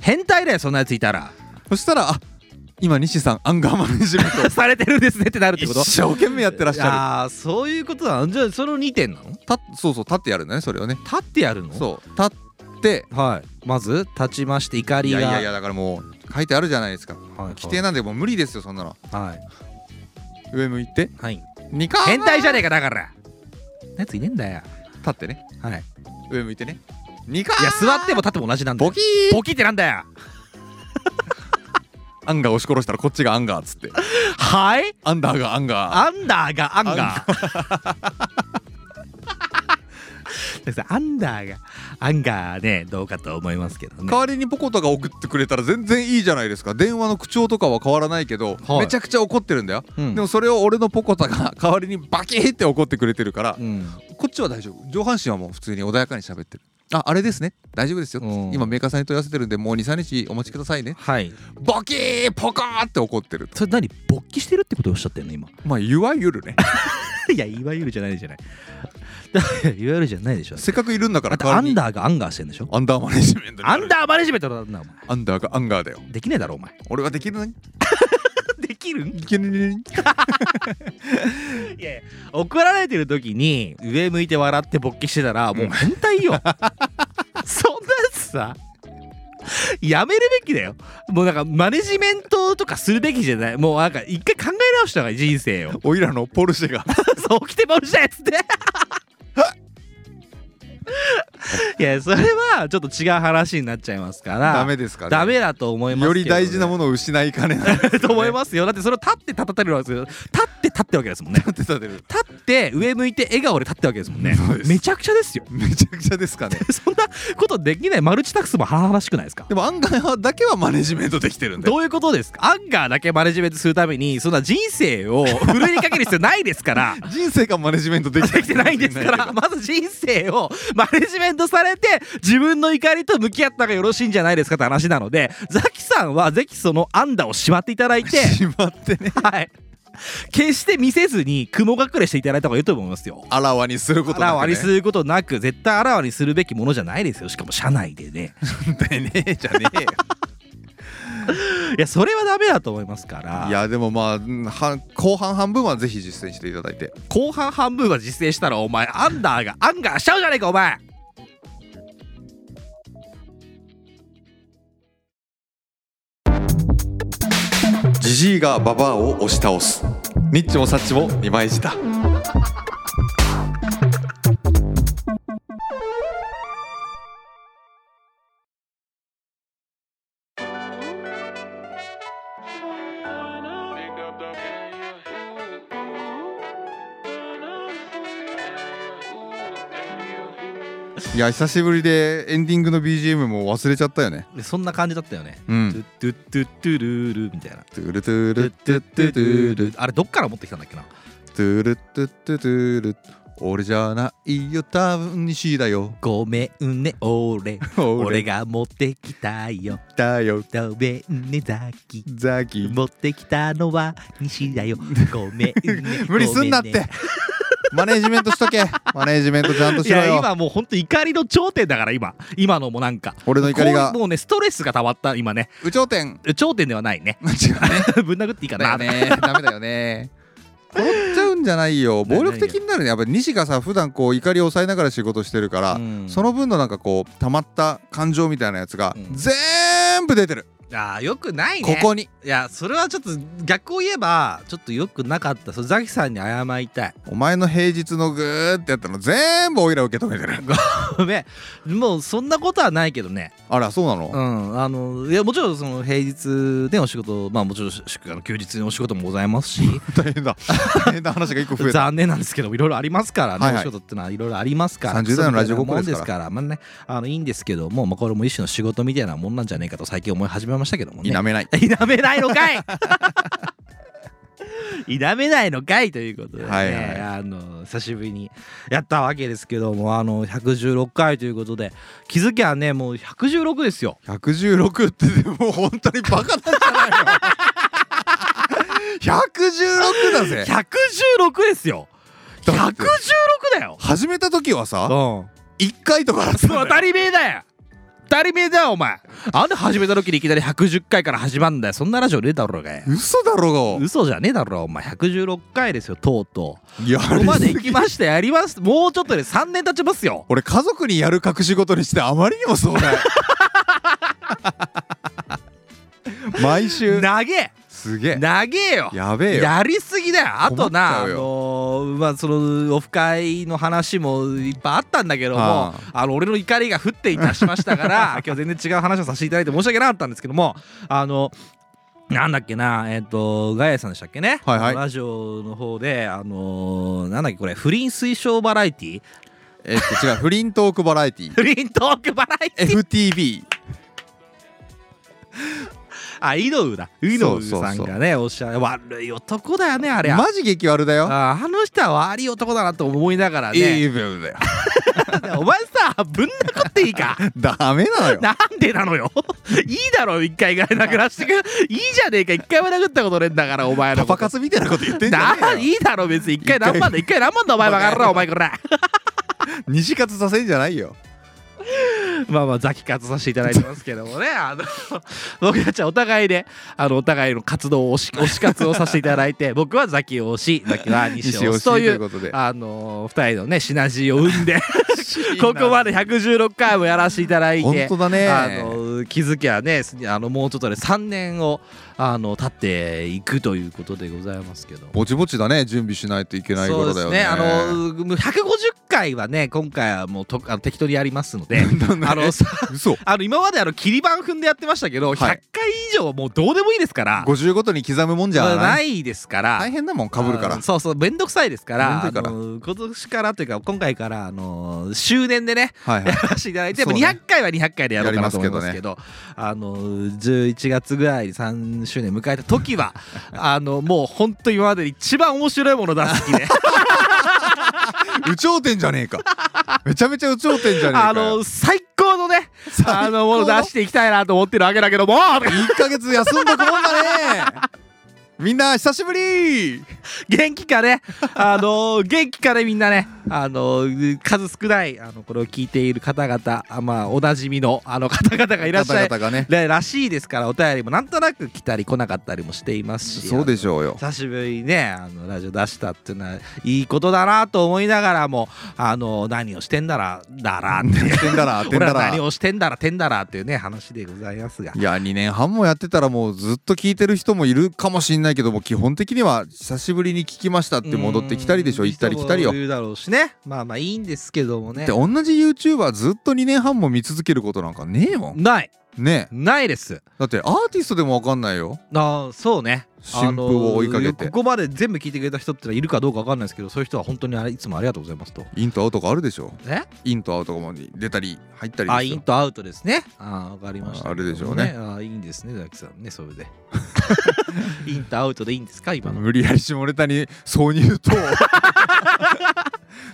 変態だよそんなやついたらそしたらあ今西さんアンガーマネジメント されてるんですねってなるって一こと生懸命やってらっしゃああそういうことなのじゃあその2点なの立るたそうそう立ってやるんだねそれをねってやるのそう立ってはいまず立ちまして怒いりがやいやいやだからもう書いてあるじゃないですかはい規定なんでもう無理ですよそんなのはい上向いてはい2回変態じゃねえかだからなやついねえんだよ立ってねはい上向いてね2回いや座っても立っても同じなんだよボキーボキってなんだ よアンガー押し殺したらこっちがアンガーっつってはいアンダーがアンガーアンダーがアンガー。先 生アンダーがアンガーねどうかと思いますけどね代。わりにポコタが送ってくれたら全然いいじゃないですか電話の口調とかは変わらないけど、はいめちゃくちゃ怒ってるんだよ、うんでもそれを俺のポコタが代わりにバキーって怒ってくれてるから、うん、こっちは大丈夫上半身はもう普通に穏やかに喋ってるああれですね大丈夫ですよ、うん今メーカーさんに問い合わせてるんでもう23日お待ちくださいねはい。バキーポカーって怒ってるそれ何勃起してるってことをおっしゃってるの今。まあいわゆるね いやいわゆるじゃないじゃない。だから いわゆるじゃないでし ょ。せっかくいるんだかだらってアンにダーがアンガーしてるんでしょ。アンダーマネジメントにアなるンダーマネジメントなんだお前。アンダーがアンガーだよできねえだろお前。俺はできるのにできるんいけるねいやいや怒られてる時に上向いて笑って勃起してたらもう変態 よそんなやつさやめるべきだよもうなんかマネジメントとかするべきじゃないもうなんか一回考え直した方がいい人生をおいらのポルシェが そう起きてもるじゃんやつって いやそれはちょっと違う話になっちゃいますからダメですかねダメだと思いますより大事なもものを失いかね ないの と思いますよだってそれを立って立たれるわけですよ立って立ってわけですもんね立って立てる立って上向いて笑顔で立ったわけですもんねそうですめちゃくちゃですよ めちゃくちゃですかねそんなことできないマルチタックスも華々しくないですかでも案外だけはマネジメントできてるんでどういうことですかアンガーだけマネジメントするためにそんな人生を ふるいにかける必要ないですから 人生がマネジメントできてできてないんですからまず人生を マネジメントされて自分の怒りと向き合った方がよろしいんじゃないですかって話なのでザキさんはぜひそのアンダー をしまっていただいて しまってねはい決して見せずに雲隠れしていただいた方がいいと思いますよあらわにすることあならわくねにすることなく絶対あらわにするべきものじゃないですよしかも社内でねでねえじゃねえよいやそれはダメだと思いますか らいやでもまあうんは後半半分はぜひ実践していただいて後半半分は実践したらお前アンダーがアンガーしちゃうじゃねえかお前ジジイがババアを押し倒すニッチもサッチも二枚舌いや久しぶりでエンディングの BGM も忘れちゃったよねそんな感じだったよねうんトゥトゥトゥトゥルールみたいなトゥルトゥルトゥトゥトゥルあれどっから持ってきたんだっけなトゥルトゥトゥトゥル俺じゃないよ多分西だよごめんね俺俺が持ってきたよだよごめんねザキザキ持ってきたのは西だよご めんね無理すんなっごめてマネージメントしとけマネージメントちゃんとねいしろやよ今もうほんと怒りの頂点だから今今のもなんか俺の怒りがこうもうねストレスが溜まった今ね有頂天 頂点ではないね 違うねぶん殴っていいかだなよねダメだよね転っちゃうんじゃないよ暴力的になるねやっぱり西がさ普段こう怒りを抑えながら仕事してるから、うんその分のなんかこう溜まった感情みたいなやつがうん全部出てる、ああよくないねここにいやそれはちょっと逆を言えばちょっとよくなかったそれザキさんに謝りたい お前の平日のグーってやったの全部おいら受け止めてるごめんもうそんなことはないけどねあらそうなの、うんあのいやもちろんその平日でお仕事まあもちろんしあの休日のお仕事もございますし大変だ大変な話が一個 増えた残念なんですけどいろいろありますからね、はいはいお仕事ってのはいろいろありますから30代のラジオごっこもですんでからすからまあねあのいいんですけども、まあ、これも一種の仕事みたいなもんなんじゃないかと最近思い始めましたけどもね否めない否めないのかい否めないのかいということで、ねはいはいあの久しぶりにやったわけですけどもあの116回ということで気づきゃねもう116ですよ116ってでも本当にバカなんじゃないの116だぜ116ですよだっ116てだよ始めた時はうさん1回とかだったんだ当よたり前だよ当たり前だよお前あんで始めた時にいきなり110回から始まるんだよそんなラジオねえだろうがよ嘘だろう嘘じゃねえだろお前116回ですよとうとうがやここりまです行ぎきましたやりますもうちょっとで3年経ちますよ俺家族にやる隠し事にしてあまりにも そうだ毎週長えすげえ長えよやべえよやりすぎだよあ困となっちゃあうよのーまあそのオフ会の話もいっぱいあったんだけどもああの俺の怒りが降っていたしましたから 今日は全然違う話をさせていただいて申し訳なかったんですけどもあのなんだっけなえっ、とガヤさんでしたっけね、はいはいラジオの方であのーなんだっけこれ不倫推奨バラエティえっと違うフリントークバラエ ティ不倫トークバラエティ FTV あ井上だ井上そうさんそうそがねおっしゃる悪い男だよねあれマジ激悪だよあーあの人は悪い男だなと思いながらねいい部分だよお前さぶん殴っていいかダメなのよなんでなのよいいだろ一回ぐらい殴らしてくいいじゃねえか一回も殴ったことねえんだからお前パのこパと活みたいなこと言ってんじゃねなえよいいだろ別に一回何万だ一回何万だお前バカ野郎お前こら西活させんじゃないよまあまあザキ活させていただいてますけどもねあの僕たちはお互いであのお互いの活動を 推し推し活をさせていただいて僕はザキを推しザキは西西をを推推ししとといいううことであのー、2人のねシナジーを生 んでここまで116回もやらせていただい本て当だねあの気づきゃねすあのもうちょっとで3年をあの経っていくということでございますけど。ぼちぼちだね準備しないといけないこそうでとだすよねねあの150回はね今回はもうとあの適当にやります のであのさ嘘あの今まであの切り板踏んでやってましたけど、い100回以上はもうどうでもいいですから50ごとに刻むもんじゃなないいですから大変だもんかぶるかあらそうそう面倒くさいですからめんどいからあの今年からというか今回からあの終年でねはいはいやらせていただいて、そうねまあ200回は200回でやろうかなと思いますやけりどあの11月ぐらいに3周年迎えた時はあのもう本当今までで一番面白いもの出す 気で有頂天じゃねえかめちゃめちゃ有頂天じゃねえかあの最高のねあのもの出していきたいなと思ってるわけだけども1ヶ月休んどくもんだねみんな久しぶり元気かねあのー元気かねみんなねあのー数少ないあのこれを聞いている方々あまあおなじみのあの方々がいらっしゃい方々がねねらしいですからお便りもなんとなく来たり来なかったりもしていますしそうでしょうよ久しぶりにねあのラジオ出したっていうのはいいことだなと思いながらもあの何をしてんだらだらっていうてんだらてん 俺だらら何をしてんだらてんだらっていうね話でございますがいや2年半もやってたらもうずっと聞いてる人もいるかもしんないけども基本的には久しぶりに聞きましたって戻ってきたりでしょうん行ったり来たりよ人もいるだろうしねまあまあいいんですけどもでね同じ YouTuber ずっと2年半も見続けることなんかねえもんないねえないですだってアーティストでも分かんないよあーそうね新婦を追いかけてあのーここまで全部聞いてくれた人ってのはいるかどうかわかんないですけどそういう人は本当にあれいつもありがとうございますとインとアウトがあるでしょえインとアウトが出たり入ったりあですイよンとアウトですねあーわかりましたあれでしょうねあーいいんですねザキさんねそれでインとアウトでいいんですか今の無理やり下ネタに挿入 と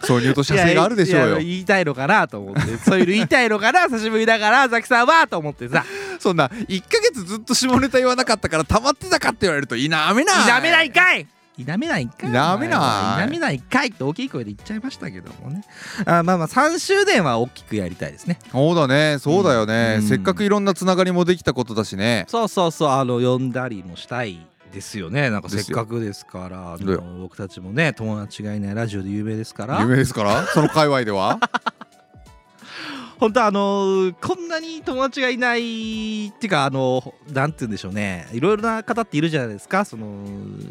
挿入と射精があるでしょういやいやよ言いたいのかなと思ってそういうの言いたいのかな久しぶりだからザキさんはと思ってさそんな1ヶ月ずっと下ネタ言わなかったから溜まってたかって言われると否めない否めないかい否めないんか否いめないお前は否めないんかいって大きい声で言っちゃいましたけどもねあーまあまあ3周年は大きくやりたいですねそうだねそうだよね、うんせっかくいろんなつながりもできたことだしねそうそうそうあの呼んだりもしたいですよねなんかですせよっかくですからあどうよの僕たちもね友達がいないラジオで有名ですから有名ですからその界隈で は本当あのこんなに友達がいないっていうかあのなんて言うんでしょうねいろいろな方っているじゃないですかその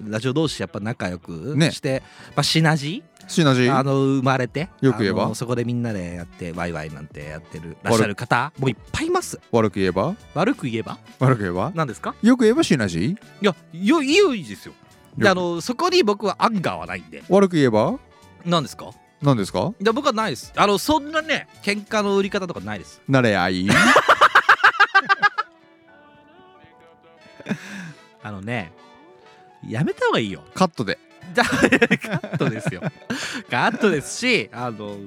ラジオ同士やっぱ仲良くねして、まあ、シナジシナジーあーの生まれてよく言えばあのそこでみんなでやってワイワイなんてやってるらっしゃる方もういっぱいいます悪く言えば悪く言えば悪く言えば何ですかよく言えばシナジーいやよいいいいですよでよあくのそこに僕はアンガーはないんで悪く言えば何ですか何ですかいや僕はないですあのそんなね喧嘩の売り方とかないです慣れ合いあのねやめた方がいいよカットでだ カットですよ カットですしあの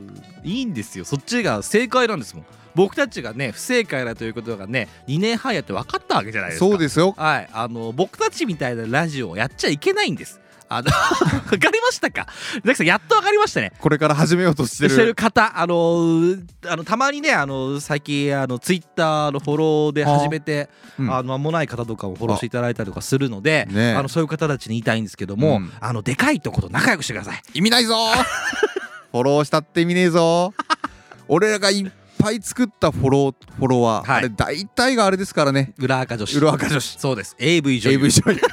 いいんですよそっちが正解なんですもん僕たちがね不正解だということがね2年半やって分かったわけじゃないですかそうですよはい、あの僕たちみたいなラジオをやっちゃいけないんです。あの 分かりましたか ザキさんやっと分かりましたね。これから始めようとしてしてるる方あのーあのたまにねあの最近あのツイッターのフォローで始めてあ、あうんの間もない方とかもフォローしていただいたりとかするのであ、ねえのそういう方たちに言いたいんですけども、うんあのでかいとこと仲良くしてください。意味ないぞ フォローしたって意味ねえぞ俺らがいっぱい作ったフォローフォロワー、はいあれ大体があれですからね裏垢女子。裏垢女子そうです。AV 女優。 AV 女優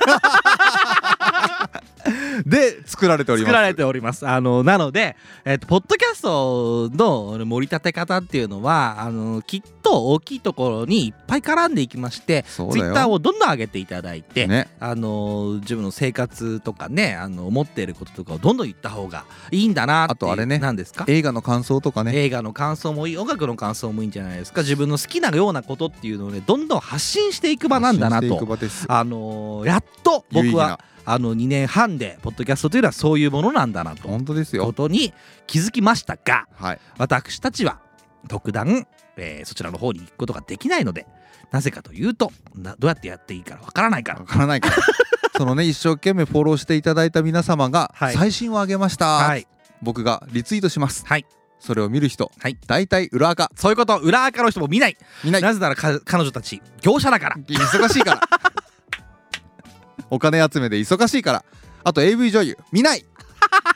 で作られております作られております。あのなので、えっとポッドキャストの盛り立て方っていうのはあのきっと大きいところにいっぱい絡んでいきましてそうツイだよッターをどんどん上げていただいて、ねあの自分の生活とかねあの思っていることとかをどんどん言った方がいいんだなっていあうとあれね何ですか映画の感想とかね映画の感想もいい音楽の感想もいいんじゃないですか自分の好きなようなことっていうのをねどんどん発信していく場なんだな発信していとく場ですあのーやっと有意義僕はなあの2年半でポッドキャストというのはそういうものなんだなと本当ですこよとに気づきましたがはい私たちは特段、えーそちらの方に行くことができないのでなぜかというとなどうやってやっていいかわからないからわ。から ないからそのね一生懸命フォローしていただいた皆様が、はい最新を上げました、はい、僕がリツイートしますはいそれを見る人、はい大体裏垢そういうこと裏垢の人も見ない見ないなぜならか彼女たち業者だから忙しいから お金集めで忙しいからあと AV 女優見ない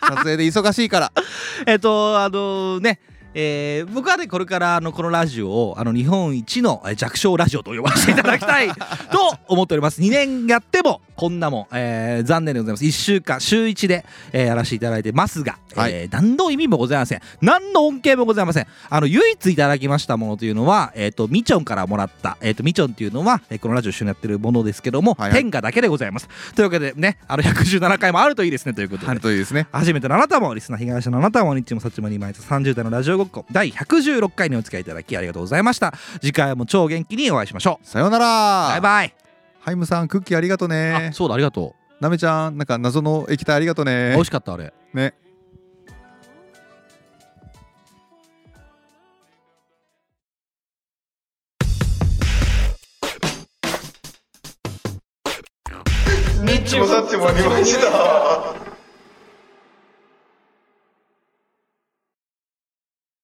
撮影で忙しいからえっとあのねえー僕はねこれからあのこのラジオをあの日本一のえー弱小ラジオと呼ばせていただきたい と思っております2年やってもこんなもん、えー残念でございます1週間週1で、えーやらせていただいてますが、はいえー何の意味もございません何の恩恵もございませんあの唯一いただきましたものというのは、えー、とみちょんからもらった、えー、とみちょんっていうのは、えーこのラジオ一緒にやってるものですけども、はいはい天下だけでございますというわけでねあの117回もあるといいですねということで、あるといいですね初めてのあなたもリスナー被害者のあなたも日もさちもに毎日30代のラジオごっこ第116回にお付き合いいただきありがとうございました次回も超元気にお会いしましょうさようならバイバイハイムさんクッキーありがとねそうだありがとなめちゃんなんか謎の液体ありがとうね美味しかったあれね「ニッチもサッチもありました。